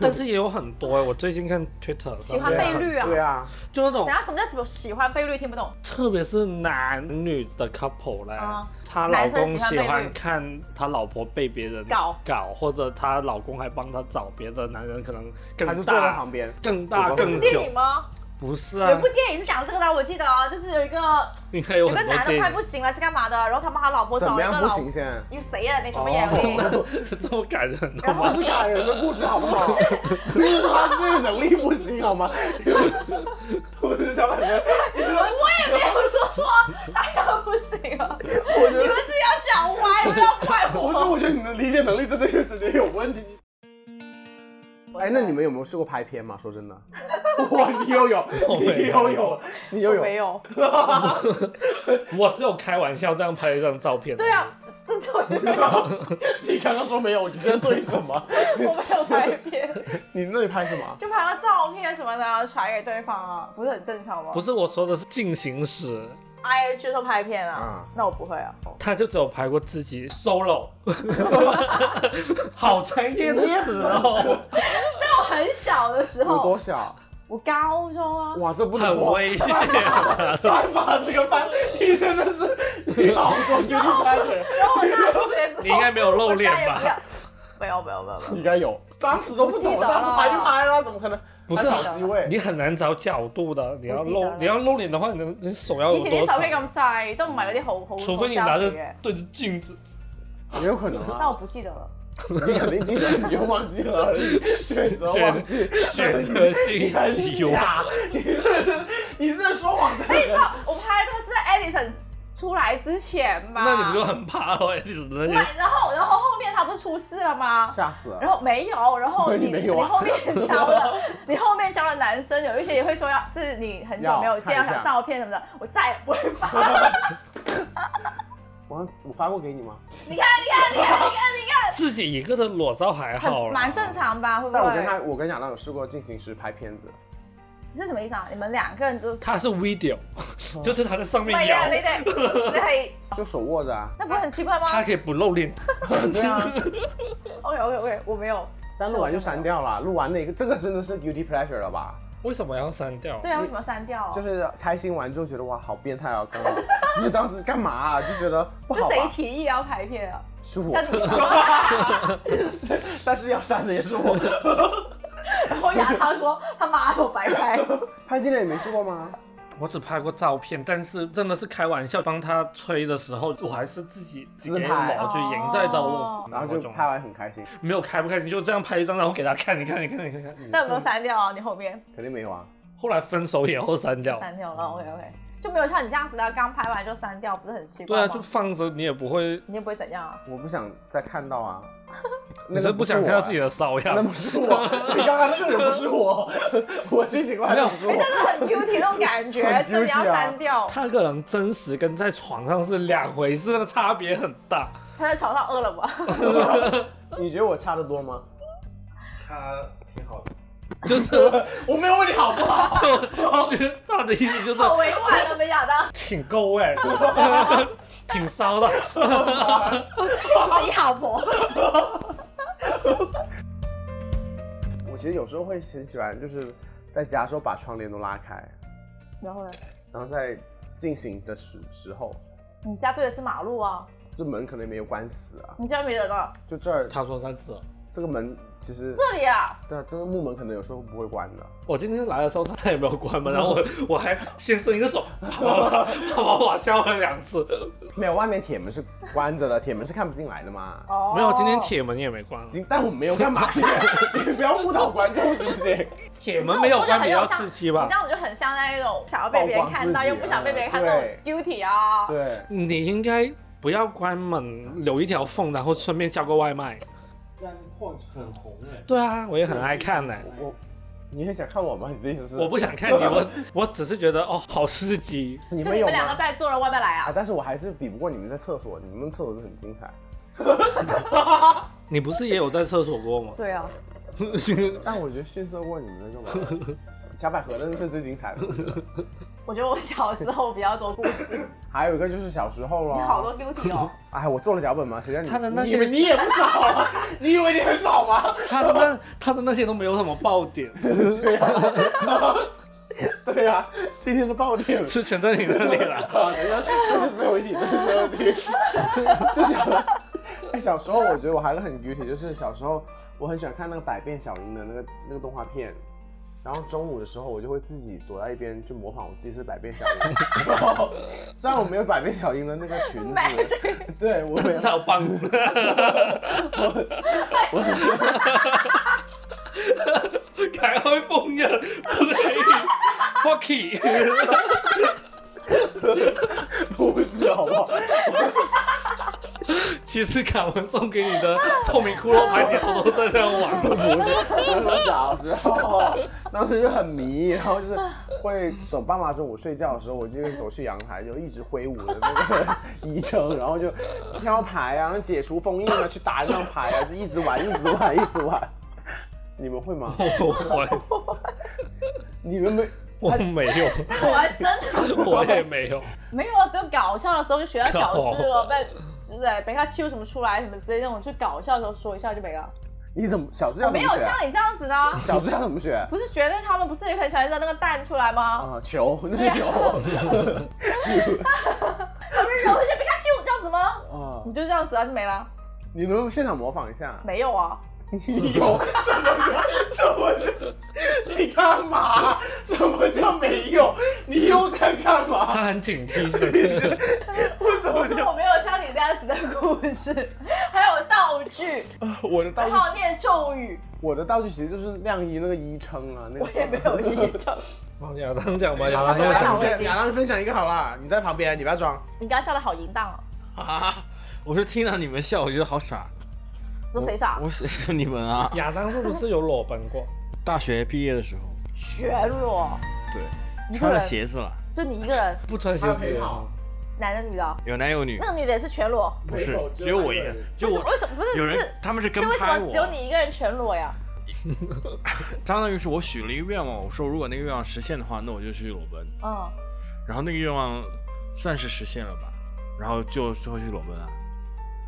Speaker 4: 但是也有很多、欸我最近看 Twitter
Speaker 3: 喜
Speaker 4: 上
Speaker 3: 欢被绿啊？
Speaker 1: [laughs] 对。啊，
Speaker 4: 就那种
Speaker 3: 然后什么叫喜喜欢被绿？听不懂。
Speaker 4: 特别是男女的 couple 嘞，
Speaker 3: 啊
Speaker 4: 她、老公喜欢看她老婆被别人
Speaker 3: 搞
Speaker 4: 搞，或者她老公还帮她找别的男人，可能
Speaker 1: 他
Speaker 4: 更
Speaker 1: 就坐在
Speaker 4: 大
Speaker 1: 旁、边。
Speaker 4: 更大、
Speaker 1: 我不知道
Speaker 4: 更
Speaker 3: 电
Speaker 4: 久
Speaker 3: 影。吗？
Speaker 4: 不是
Speaker 3: 有一
Speaker 4: 啊
Speaker 3: 部，电影是讲这个的，我记得啊，就是有一个
Speaker 4: 应该
Speaker 3: 有
Speaker 4: 有
Speaker 3: 个
Speaker 4: 很多
Speaker 3: 男的
Speaker 4: 电
Speaker 3: 快
Speaker 4: 影
Speaker 3: 不行了，是干嘛的？然后他帮他老婆
Speaker 1: 怎
Speaker 3: 找
Speaker 1: 么
Speaker 3: 了一
Speaker 1: 样
Speaker 3: 个
Speaker 1: 不
Speaker 3: 老，
Speaker 1: 行？现在
Speaker 3: 有谁呀？你准备演的？
Speaker 4: [laughs] 这么感人的
Speaker 3: 然后
Speaker 4: 吗
Speaker 1: 这？是感人的故
Speaker 4: [laughs]
Speaker 1: 事，好不好？不是他这个能力不行，好吗？我是小感觉，
Speaker 3: 我也没有说 [laughs] 错，他要不行了，
Speaker 1: 我觉
Speaker 3: 你
Speaker 1: 得
Speaker 3: 们自己要想歪，不要怪
Speaker 1: 不是，
Speaker 3: 我。
Speaker 1: 我觉得你的理解能力真的有直接有问题。哎，那你们有没有试过拍片嘛？说真的，哇，你又有，
Speaker 4: 哦没有
Speaker 1: 你又有，你又有，
Speaker 3: 没有？
Speaker 4: [laughs] 我只有开玩笑这样拍一张照片。
Speaker 3: 对啊，，这这我就没有，
Speaker 1: 你刚刚说没有，你在对什
Speaker 4: [laughs]
Speaker 1: 么？
Speaker 3: 我没有拍片，
Speaker 1: 你那里拍什么？
Speaker 3: 就拍个照片什么的传给对方啊，不是很正常吗？
Speaker 4: 不是我说的是进行时，
Speaker 3: I G 说拍片啊
Speaker 1: 嗯，
Speaker 3: 那我不会啊。
Speaker 4: 他就只有拍过自己
Speaker 1: [laughs]
Speaker 4: solo，好专业的词哦，
Speaker 3: 在我很小的时
Speaker 1: 有多
Speaker 3: 候，
Speaker 1: 小？
Speaker 3: 我高中啊，
Speaker 1: 哇，这不能
Speaker 4: 很
Speaker 1: 播。
Speaker 4: 危险啊。
Speaker 1: 犯法这个犯，你真的是你好多 g u i l
Speaker 3: 然后我大学之后，
Speaker 4: 你应该没有露脸
Speaker 3: 我
Speaker 4: 吧
Speaker 3: 再也不要？啊没有没有没有没有，
Speaker 1: 应该有，当时都不懂，当时拍一拍啦，怎么可能？
Speaker 4: 不是
Speaker 1: 还找机位，
Speaker 4: 你很难找角度的，你要
Speaker 3: 我记得
Speaker 4: 露
Speaker 3: 了
Speaker 4: 你要露脸的話，你的你手要
Speaker 3: 以
Speaker 4: 有
Speaker 3: 前啲
Speaker 4: 多
Speaker 3: 手
Speaker 4: 長
Speaker 3: 機？咁細，都唔係嗰啲好好
Speaker 4: 除非你
Speaker 3: 好
Speaker 4: 拿
Speaker 3: 奢侈
Speaker 4: 着
Speaker 3: 嘅。
Speaker 4: 對着鏡子，
Speaker 1: 也有可能
Speaker 3: 但我
Speaker 1: 啊，
Speaker 3: 不記得了，
Speaker 1: 你肯定记得，你就忘记了而已，选择忘
Speaker 4: 选
Speaker 1: 记， [laughs]
Speaker 4: 选择
Speaker 1: 你很
Speaker 4: 性有
Speaker 1: 假，你这是你这是说谎的
Speaker 3: 你知
Speaker 1: 人，
Speaker 3: 道我拍這個是在 Edison 出來之前吧？
Speaker 4: 那你不就很怕咯？你只能
Speaker 3: 唔係？然後然後後面他不是出事了嗎？
Speaker 1: 吓死了。
Speaker 3: 然后没有，然后你
Speaker 1: 你没有啊
Speaker 3: 后面交了，你后面交了男生，有一些也会说要，就是你很久没有见
Speaker 1: 要
Speaker 3: 到
Speaker 1: 看一下
Speaker 3: 想照片什么的，我再也不会发。你看，
Speaker 1: 我我发过给你吗？
Speaker 3: 你看，你看，你看，你看，
Speaker 4: 自己一个的裸照还
Speaker 3: 很
Speaker 4: 好啦，
Speaker 3: 蛮正。常吧？会不
Speaker 1: 但我跟他，
Speaker 3: 会？
Speaker 1: 我跟亚当有试过进行时拍片子，
Speaker 3: 你是什么意思啊？你们兩個人都
Speaker 4: 他是 video，就是
Speaker 1: 哦
Speaker 4: 他在上
Speaker 3: 唔
Speaker 4: 面
Speaker 3: 係啊？你
Speaker 4: 摇，
Speaker 3: 哋你係，
Speaker 1: 就手握着啊，
Speaker 3: 那不是很奇怪
Speaker 4: 他
Speaker 3: 嗎
Speaker 4: 可以不露脸。
Speaker 1: 对啊，
Speaker 3: ？OK OK OK，我没有。
Speaker 1: 但录完就删掉了，录完那个这个真的是 guilty pleasure 了吧？
Speaker 4: 为什么要删掉？
Speaker 3: 对啊，为什么要删掉？
Speaker 1: 就是开心完之后觉得哇好变态啊，刚刚就是当时干嘛啊，就觉得不
Speaker 3: 是
Speaker 1: 好
Speaker 3: 谁
Speaker 1: 吧，
Speaker 3: 提议要拍片啊？
Speaker 1: 是我
Speaker 3: 像
Speaker 4: [laughs]
Speaker 3: 你，
Speaker 1: [laughs] 但是要删的也是我。 [laughs]
Speaker 3: 然后亚涛说他妈的我白
Speaker 4: [laughs]
Speaker 3: 拍。
Speaker 1: 潘金莲你没试过吗？
Speaker 4: 我只拍过照片，但是真的是开玩笑，帮他吹的时候，我还是自己自
Speaker 1: 自拍
Speaker 4: 毛
Speaker 3: 哦
Speaker 4: 就赢在的哦我，
Speaker 1: 然后就拍完很开心，
Speaker 4: 没有开不开心，就这样拍一张，然后给他看，你看，你看，你看，你看。
Speaker 3: 那有没有删掉啊？你后面
Speaker 1: 肯定没有啊。
Speaker 4: 后来分手以后删掉，
Speaker 3: 删掉了，OK OK，就没有像你这样子的，刚拍完就删掉，不是很奇怪
Speaker 4: 对
Speaker 3: 吗？
Speaker 4: 啊，就放着你也不会，
Speaker 3: 你也不会怎样啊？
Speaker 1: 我不想再看到
Speaker 4: [laughs]
Speaker 1: 啊。
Speaker 4: 你是不想看到自己的骚样？
Speaker 1: 那不是
Speaker 4: [laughs]
Speaker 1: 我，你刚刚那个人不是我， [laughs] 我这几关不是我
Speaker 3: 哎，真。的很 guilty 那种感觉
Speaker 4: 很，guilty 啊
Speaker 3: 真的要删掉。
Speaker 4: 他个人真实跟在床上是两回事，那个差别很大。
Speaker 3: 他在床上饿了吧？
Speaker 1: 你觉得我差的多吗？
Speaker 7: 他挺好的，
Speaker 4: 就是
Speaker 1: 我没有问你好不好，
Speaker 4: 就是他的意思就是
Speaker 3: 好委婉啊，没想到
Speaker 4: [laughs] 挺够哎、挺骚的。
Speaker 3: 你好婆。
Speaker 1: 我其实有时候会很喜欢，就是在家的时候把窗帘都拉开，
Speaker 3: 然后呢？
Speaker 1: 然后在进行的时时候，
Speaker 3: 你家对的是马路啊，
Speaker 1: 这门可能没有关死啊，
Speaker 3: 你家没人啊？
Speaker 1: 就这儿，
Speaker 4: 他说他这，
Speaker 1: 这个门其实
Speaker 3: 这里啊，
Speaker 1: 对啊，这个木门可能有时候不会关的。
Speaker 4: 我今天来的时候他也没有关门，然后我我还先伸一个手，啪啪啪啪啪啪敲了两次。
Speaker 1: 没有，外面铁门是关着的，铁门是看不进来的嘛。
Speaker 3: 哦，
Speaker 4: 没有，今天铁门也没关了
Speaker 1: 已，经但我没有干嘛去，你不要误导观众行不行？
Speaker 4: 铁
Speaker 1: 呃
Speaker 4: 门没有关比
Speaker 3: 比
Speaker 4: 较刺激吧
Speaker 3: 你这？样子就很像那种想要被别人看
Speaker 1: 曝
Speaker 3: 到
Speaker 1: 光自己
Speaker 3: 又不想被别人看到的
Speaker 1: 对
Speaker 3: guilty 啊。
Speaker 1: 对，
Speaker 4: 你应该不要关门，留一条缝，然后顺便叫个外卖。
Speaker 7: 三矿很红哎，
Speaker 4: 对啊，我也很爱看呢、
Speaker 1: 我，你很想看我吗？你的意思是？
Speaker 4: 我不想看你，我我只是觉得哦，好刺激。
Speaker 1: 你
Speaker 3: 就
Speaker 1: 们
Speaker 3: 你
Speaker 1: 有
Speaker 3: 们两个
Speaker 1: 吗？
Speaker 3: 在坐着外面来
Speaker 1: 啊，
Speaker 3: 啊？
Speaker 1: 但是我还是比不过你们在厕所，你们厕所都很精彩。
Speaker 4: 你不是也有在厕所过吗？
Speaker 3: 对啊，
Speaker 1: 但我觉得逊色过你们
Speaker 4: [laughs]
Speaker 1: 那个嘛，小百合的是最精彩的。我觉得
Speaker 3: 我觉得我小时候比较多故事，
Speaker 1: [laughs] 还有一个就是小时候
Speaker 3: 你好
Speaker 1: 咯，
Speaker 3: 多
Speaker 1: [laughs]
Speaker 3: guilty 哦。
Speaker 1: 哎，我做了脚本吗？谁让你
Speaker 4: 他的那
Speaker 1: 你
Speaker 4: 些
Speaker 1: 以为你也不少啊？你以为你很少吗？
Speaker 4: 他的那他的那些都没有什么爆点，
Speaker 1: 对呀、对啊呀、今天的爆点
Speaker 4: 是全在你那里了。
Speaker 1: 啊，等一下这是最后一题，这是最后一题，就是，哎，小时候我觉得我还是很 guilty，就是小时候我很喜欢看那个《百变小樱》的那个那个动画片，然后中午的时候我就会自己躲在一边就模仿我自己是百变小樱，然后虽然我没有百变小樱的那个
Speaker 3: [laughs]
Speaker 1: 裙子，对我没有，
Speaker 4: 他有棒子，开开封印，不对 b o c k y
Speaker 1: 不是好不好？
Speaker 4: 其实卡文送给你的透明骷髅牌，你好多在这样玩吗？
Speaker 1: [laughs] 我小时候，当时就很迷，然后就是会等爸妈中午睡觉的时候，我就走去阳台，就一直挥舞的那个遗征，然后就挑牌啊，解除封印啊，去打一张牌啊，就一直玩，一直玩，一直玩。你们会吗？
Speaker 4: 我我
Speaker 1: 你们没？
Speaker 4: 我没有，
Speaker 3: 我还真的
Speaker 4: 我也没有。
Speaker 3: [laughs] 没有啊，只有搞笑的时候就学到小字了，被对被别个揪什么出来什么之类那种，就搞笑的时候说一下就没了。
Speaker 1: 你怎么小时
Speaker 3: 我
Speaker 1: 候
Speaker 3: 没
Speaker 1: 怎
Speaker 3: 有
Speaker 1: 么学
Speaker 3: 像
Speaker 1: 啊？
Speaker 3: 你这样子
Speaker 1: [laughs]
Speaker 3: 的啊，
Speaker 1: 小时候怎么学？
Speaker 3: 不是学的他们不是也很喜欢扔那个蛋出来吗？
Speaker 1: 啊，球，那是球。
Speaker 3: 他们扔回去被他揪这样子吗？
Speaker 1: [laughs]
Speaker 3: [laughs]
Speaker 1: 啊，
Speaker 3: 你就这样子啊，就没了？
Speaker 1: 你能不能现场模仿一下？
Speaker 3: 没有啊，
Speaker 1: 你 [laughs] 有什么叫什么叫？你干嘛？什么叫没有？你又在干嘛？
Speaker 4: 他很警惕是不是，
Speaker 1: 为什么
Speaker 3: 就是我没有像你这样子的故事，还有道具，
Speaker 1: 我的道
Speaker 3: 然
Speaker 1: 具？
Speaker 3: 后念咒语，
Speaker 1: 我的道具其实就是晾衣那个衣撑啊，那个
Speaker 3: 我也没有念咒。
Speaker 4: 王亚当讲吧，亚
Speaker 1: 好
Speaker 4: 当
Speaker 1: 了。亚
Speaker 4: 现在
Speaker 1: 当
Speaker 4: 讲
Speaker 3: 我
Speaker 1: 分享，亚当分享一个好啦，你在旁边，你不要装。
Speaker 3: 你刚刚笑的好淫荡
Speaker 8: [laughs]
Speaker 3: 哦，
Speaker 8: 啊！我是听到你们笑，我觉得好傻。
Speaker 3: 说谁傻？
Speaker 8: 我谁说你们啊？
Speaker 4: 亚当是不是有裸奔过？
Speaker 8: 大学毕业的时候，
Speaker 3: 全裸，
Speaker 8: 对，
Speaker 3: 一个人
Speaker 8: 穿了鞋子了，
Speaker 3: 就你一个人，
Speaker 4: 不穿鞋子也好。
Speaker 3: 男的女的？
Speaker 8: 有男有女
Speaker 3: 那，个女的也是全裸，
Speaker 8: 不是
Speaker 1: 没有
Speaker 8: 只有我一个
Speaker 1: 只有
Speaker 8: 人
Speaker 1: 我一个人，
Speaker 8: 就我
Speaker 3: 为什么不是
Speaker 8: 有人
Speaker 3: 是
Speaker 8: 他们是跟
Speaker 3: 是为什么
Speaker 8: 拍我
Speaker 3: 只有你一个人全裸呀？
Speaker 8: 相当于是我许了一个愿望，我说如果那个愿望实现的话，那我就去裸奔。
Speaker 3: 嗯，
Speaker 8: 然后那个愿望算是实现了吧，然后就最后去裸奔啊了。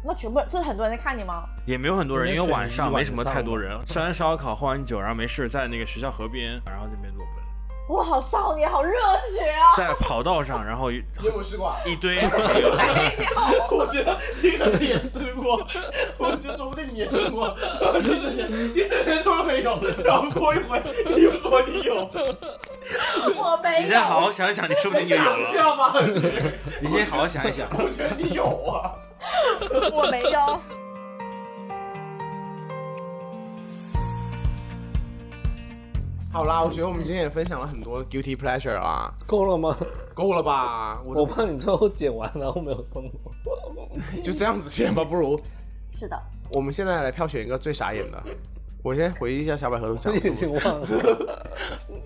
Speaker 3: 那全部是很多人在看你吗？
Speaker 8: 也没有很多人，
Speaker 4: 你
Speaker 8: 因
Speaker 4: 们
Speaker 8: 为晚
Speaker 4: 选一
Speaker 8: 上没
Speaker 4: 晚
Speaker 8: 什么
Speaker 4: 上
Speaker 8: 太
Speaker 4: 吗
Speaker 8: 多人。吃完烧烤，喝完酒，然后没事，在那个学校河边，然后这边裸奔。
Speaker 3: 哇，好少年，好热
Speaker 8: [laughs]
Speaker 3: 血啊！
Speaker 1: [laughs]
Speaker 3: 哎
Speaker 8: 在跑道上，然后一
Speaker 1: 有没有试过啊？
Speaker 8: 一堆
Speaker 1: 我觉得你可能也试过，我觉得说不定你也试 [laughs] 过，你之前你之前说没有，然后过一会你又说你有，
Speaker 3: 我没
Speaker 8: 你再好好想一想，你说不定就有了。
Speaker 1: 想象吗？
Speaker 8: 你先好好想一想。
Speaker 1: 我觉得你有啊，
Speaker 5: 我没有。
Speaker 1: 好啦，我觉得我们今天也分享了很多 guilty pleasure 啊，
Speaker 4: 够了吗？
Speaker 1: 够了吧？
Speaker 4: 我帮你最后剪完，然后没有送 [laughs] 我。
Speaker 1: 就这样子先吧，不如
Speaker 3: 是的，
Speaker 1: 我们现在来票选一个最傻眼的。我先回忆一下小百合都讲了什 [laughs] 么。
Speaker 4: 忘
Speaker 1: 了。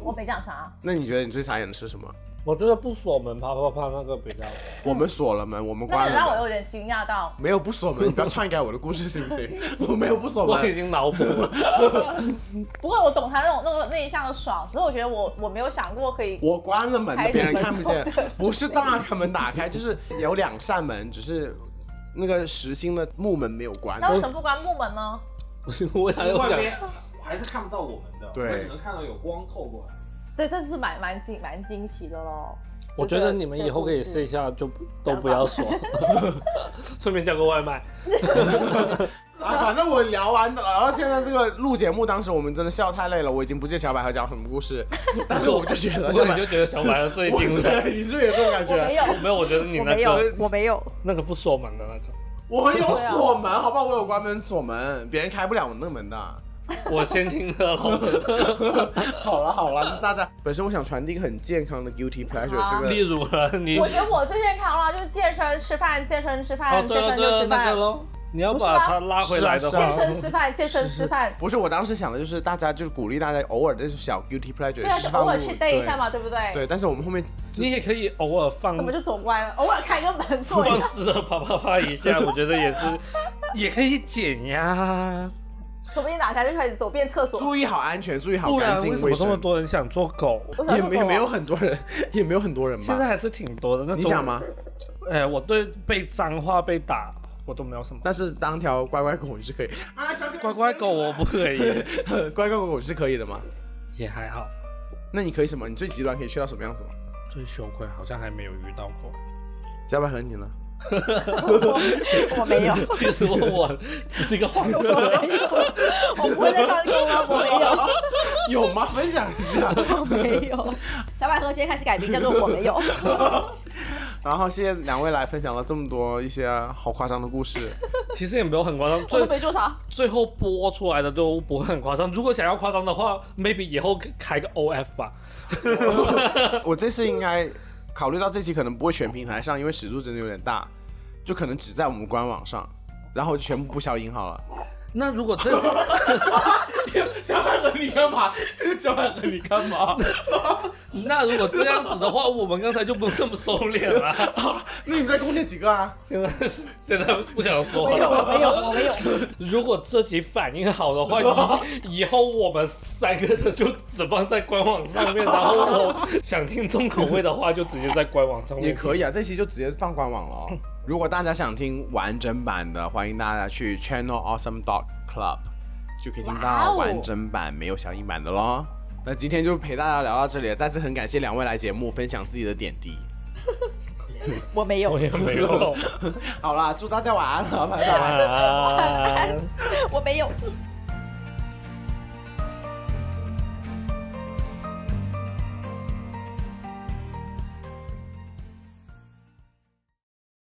Speaker 3: 我没讲啥。
Speaker 1: 那你觉得你最傻眼的是什么？
Speaker 4: 我觉得不锁门啪啪啪那个比较，
Speaker 1: 我们锁了门，我们
Speaker 3: 那
Speaker 1: 关
Speaker 3: 你
Speaker 1: 了
Speaker 3: 让我
Speaker 1: 门。
Speaker 3: 有点惊讶到，
Speaker 1: 没有不锁门，你不要篡改我的故事行不
Speaker 3: [laughs]
Speaker 1: 行？我没有不锁门，
Speaker 4: [laughs] 我已经脑补了。
Speaker 3: 不过我懂他那种那种那一项的爽，所以我觉得我我没有想过可以。
Speaker 1: 我关了门，别人看不见
Speaker 3: 开着门做这个事，情
Speaker 1: 不是大开门打开，就是有两扇门，只是那个实心的木门没有关。
Speaker 3: 那为什么不关木门呢？
Speaker 4: 我
Speaker 1: 想我想
Speaker 6: 外边还是看不到我们的，
Speaker 1: 对
Speaker 6: 我只能看到有光透过来。
Speaker 3: 对，但是蛮蛮惊蛮惊奇的咯。
Speaker 4: 我觉得你们以后可以试一下，就不都不要锁， [laughs] 顺便叫个外卖。
Speaker 1: 啊，反正我聊完的了。然后现在这个录节目，当时我们真的笑太累了，我已经不记得小百合讲什么故事，但是我就觉
Speaker 4: [laughs]
Speaker 1: 得小
Speaker 4: 不过
Speaker 1: 百。
Speaker 4: 你就觉得小白的最精
Speaker 1: [laughs]
Speaker 4: 彩
Speaker 1: 对你是不是有这种感觉？
Speaker 4: 我没有没有我觉得你那个我没有
Speaker 5: 我没有
Speaker 4: 那个不锁门的那个。
Speaker 3: [laughs]
Speaker 1: 我有锁门，好不好？我有关门锁门，别人开不了我那个门的。
Speaker 4: 我先听了。 [laughs]
Speaker 1: 好了好了，大家本身我想传递一个很健康的 guilty pleasure，、
Speaker 3: 好啊
Speaker 1: 这个
Speaker 4: 例如呢，你
Speaker 3: 我觉得我最健康的话就是健身、吃饭、健身、吃
Speaker 4: 哦
Speaker 3: 饭、
Speaker 4: 对
Speaker 3: 健
Speaker 4: 了
Speaker 3: 身
Speaker 4: 对
Speaker 3: 就
Speaker 4: 了
Speaker 3: 吃
Speaker 4: 那
Speaker 3: 饭
Speaker 4: 个。喽，你要
Speaker 3: 不是
Speaker 4: 把
Speaker 3: 吗
Speaker 4: 它拉回来的话
Speaker 3: 健，身吃饭，健身吃饭。
Speaker 1: 不是我当时想的就是大家就是鼓励大家偶尔的小 guilty pleasure，
Speaker 3: 对啊，
Speaker 1: 释
Speaker 3: 就
Speaker 1: 放
Speaker 3: 偶尔
Speaker 1: 物
Speaker 3: 去 day 一下嘛，对不对？
Speaker 1: 对，但是我们后面
Speaker 4: 你也可以偶尔放
Speaker 3: 怎么就走歪了？偶尔开个门坐一
Speaker 4: 放
Speaker 3: 下。
Speaker 4: 肆的啪啪啪一 [laughs] 下，我觉得也是，也可以减压。
Speaker 3: 说不定哪天就开始走遍厕所。
Speaker 1: 注意好安全，注意好
Speaker 4: 不然
Speaker 1: 干净
Speaker 4: 为什
Speaker 1: 卫
Speaker 4: 么这么
Speaker 1: 生。
Speaker 4: 多人想做狗？
Speaker 3: 我想
Speaker 1: 也
Speaker 3: 做
Speaker 1: 没
Speaker 3: 狗
Speaker 1: 也
Speaker 3: 啊
Speaker 1: 没有很多人，也没有很多人吧。
Speaker 4: 现在还是挺多的。那种
Speaker 1: 你想吗？
Speaker 4: 哎，我对被脏话被打，我都没有什么。
Speaker 1: 但是当条乖乖狗你是可以，
Speaker 3: 啊
Speaker 4: 乖乖狗我不可以， [laughs]
Speaker 1: [laughs] 乖乖狗狗是可以的吗？
Speaker 4: 也还好。
Speaker 1: 那你可以什么？你最极端可以去到什么样子吗？
Speaker 4: 最羞愧好像还没有遇到过。
Speaker 1: 小百合你呢？
Speaker 5: 我没有。
Speaker 4: [laughs] 其实我我只是一个
Speaker 3: [laughs]
Speaker 4: 黄色。 [laughs]
Speaker 5: 我不会再唱歌了，我没
Speaker 1: 有吗？分享一下。
Speaker 5: 有，没有。小百合今天开始改名叫做我没有。
Speaker 1: [laughs] 然后谢谢两位来分享了这么多一些好夸张的故事。
Speaker 4: 其实也没有很夸张，
Speaker 5: 我
Speaker 4: 最
Speaker 5: 都没做啥，
Speaker 4: 最后播出来的都不会很夸张。如果想要夸张的话，maybe 以后开个 OF 吧。
Speaker 1: 我这次应该考虑到这期可能不会全平台上，因为尺度真的有点大，就可能只在我们官网上，然后全部不消音好了。
Speaker 4: 那如果真
Speaker 1: [laughs] 小百合你干嘛？小百合你干嘛？
Speaker 4: [laughs] 那如果这样子的话，我们刚才就不用这么收
Speaker 1: [laughs]
Speaker 4: 敛了。
Speaker 1: 那你再贡献几个啊？
Speaker 4: 现在现在不想说
Speaker 5: 没有，
Speaker 4: 了。
Speaker 5: 我没有，我没有。
Speaker 4: 如果这集反应好的话，以以后我们三个的就只放在官网上面，然后我想听重口味的话，就直接在官网上面
Speaker 1: 也可以
Speaker 4: 啊。
Speaker 1: 啊，这期就直接放官网了哦。如果大家想听完整版的，欢迎大家去 Channel Awesome Dog Club 就可以听
Speaker 3: 哇
Speaker 1: 到
Speaker 3: 哦
Speaker 1: 完整版没有小音版的喽。那今天就陪大家聊到这里了，再次很感谢两位来节目分享自己的点滴。
Speaker 5: 我没有，
Speaker 4: 我也没有。
Speaker 1: [laughs] 好啦，祝大家晚安了，拜拜。
Speaker 4: 啊
Speaker 5: 我没有。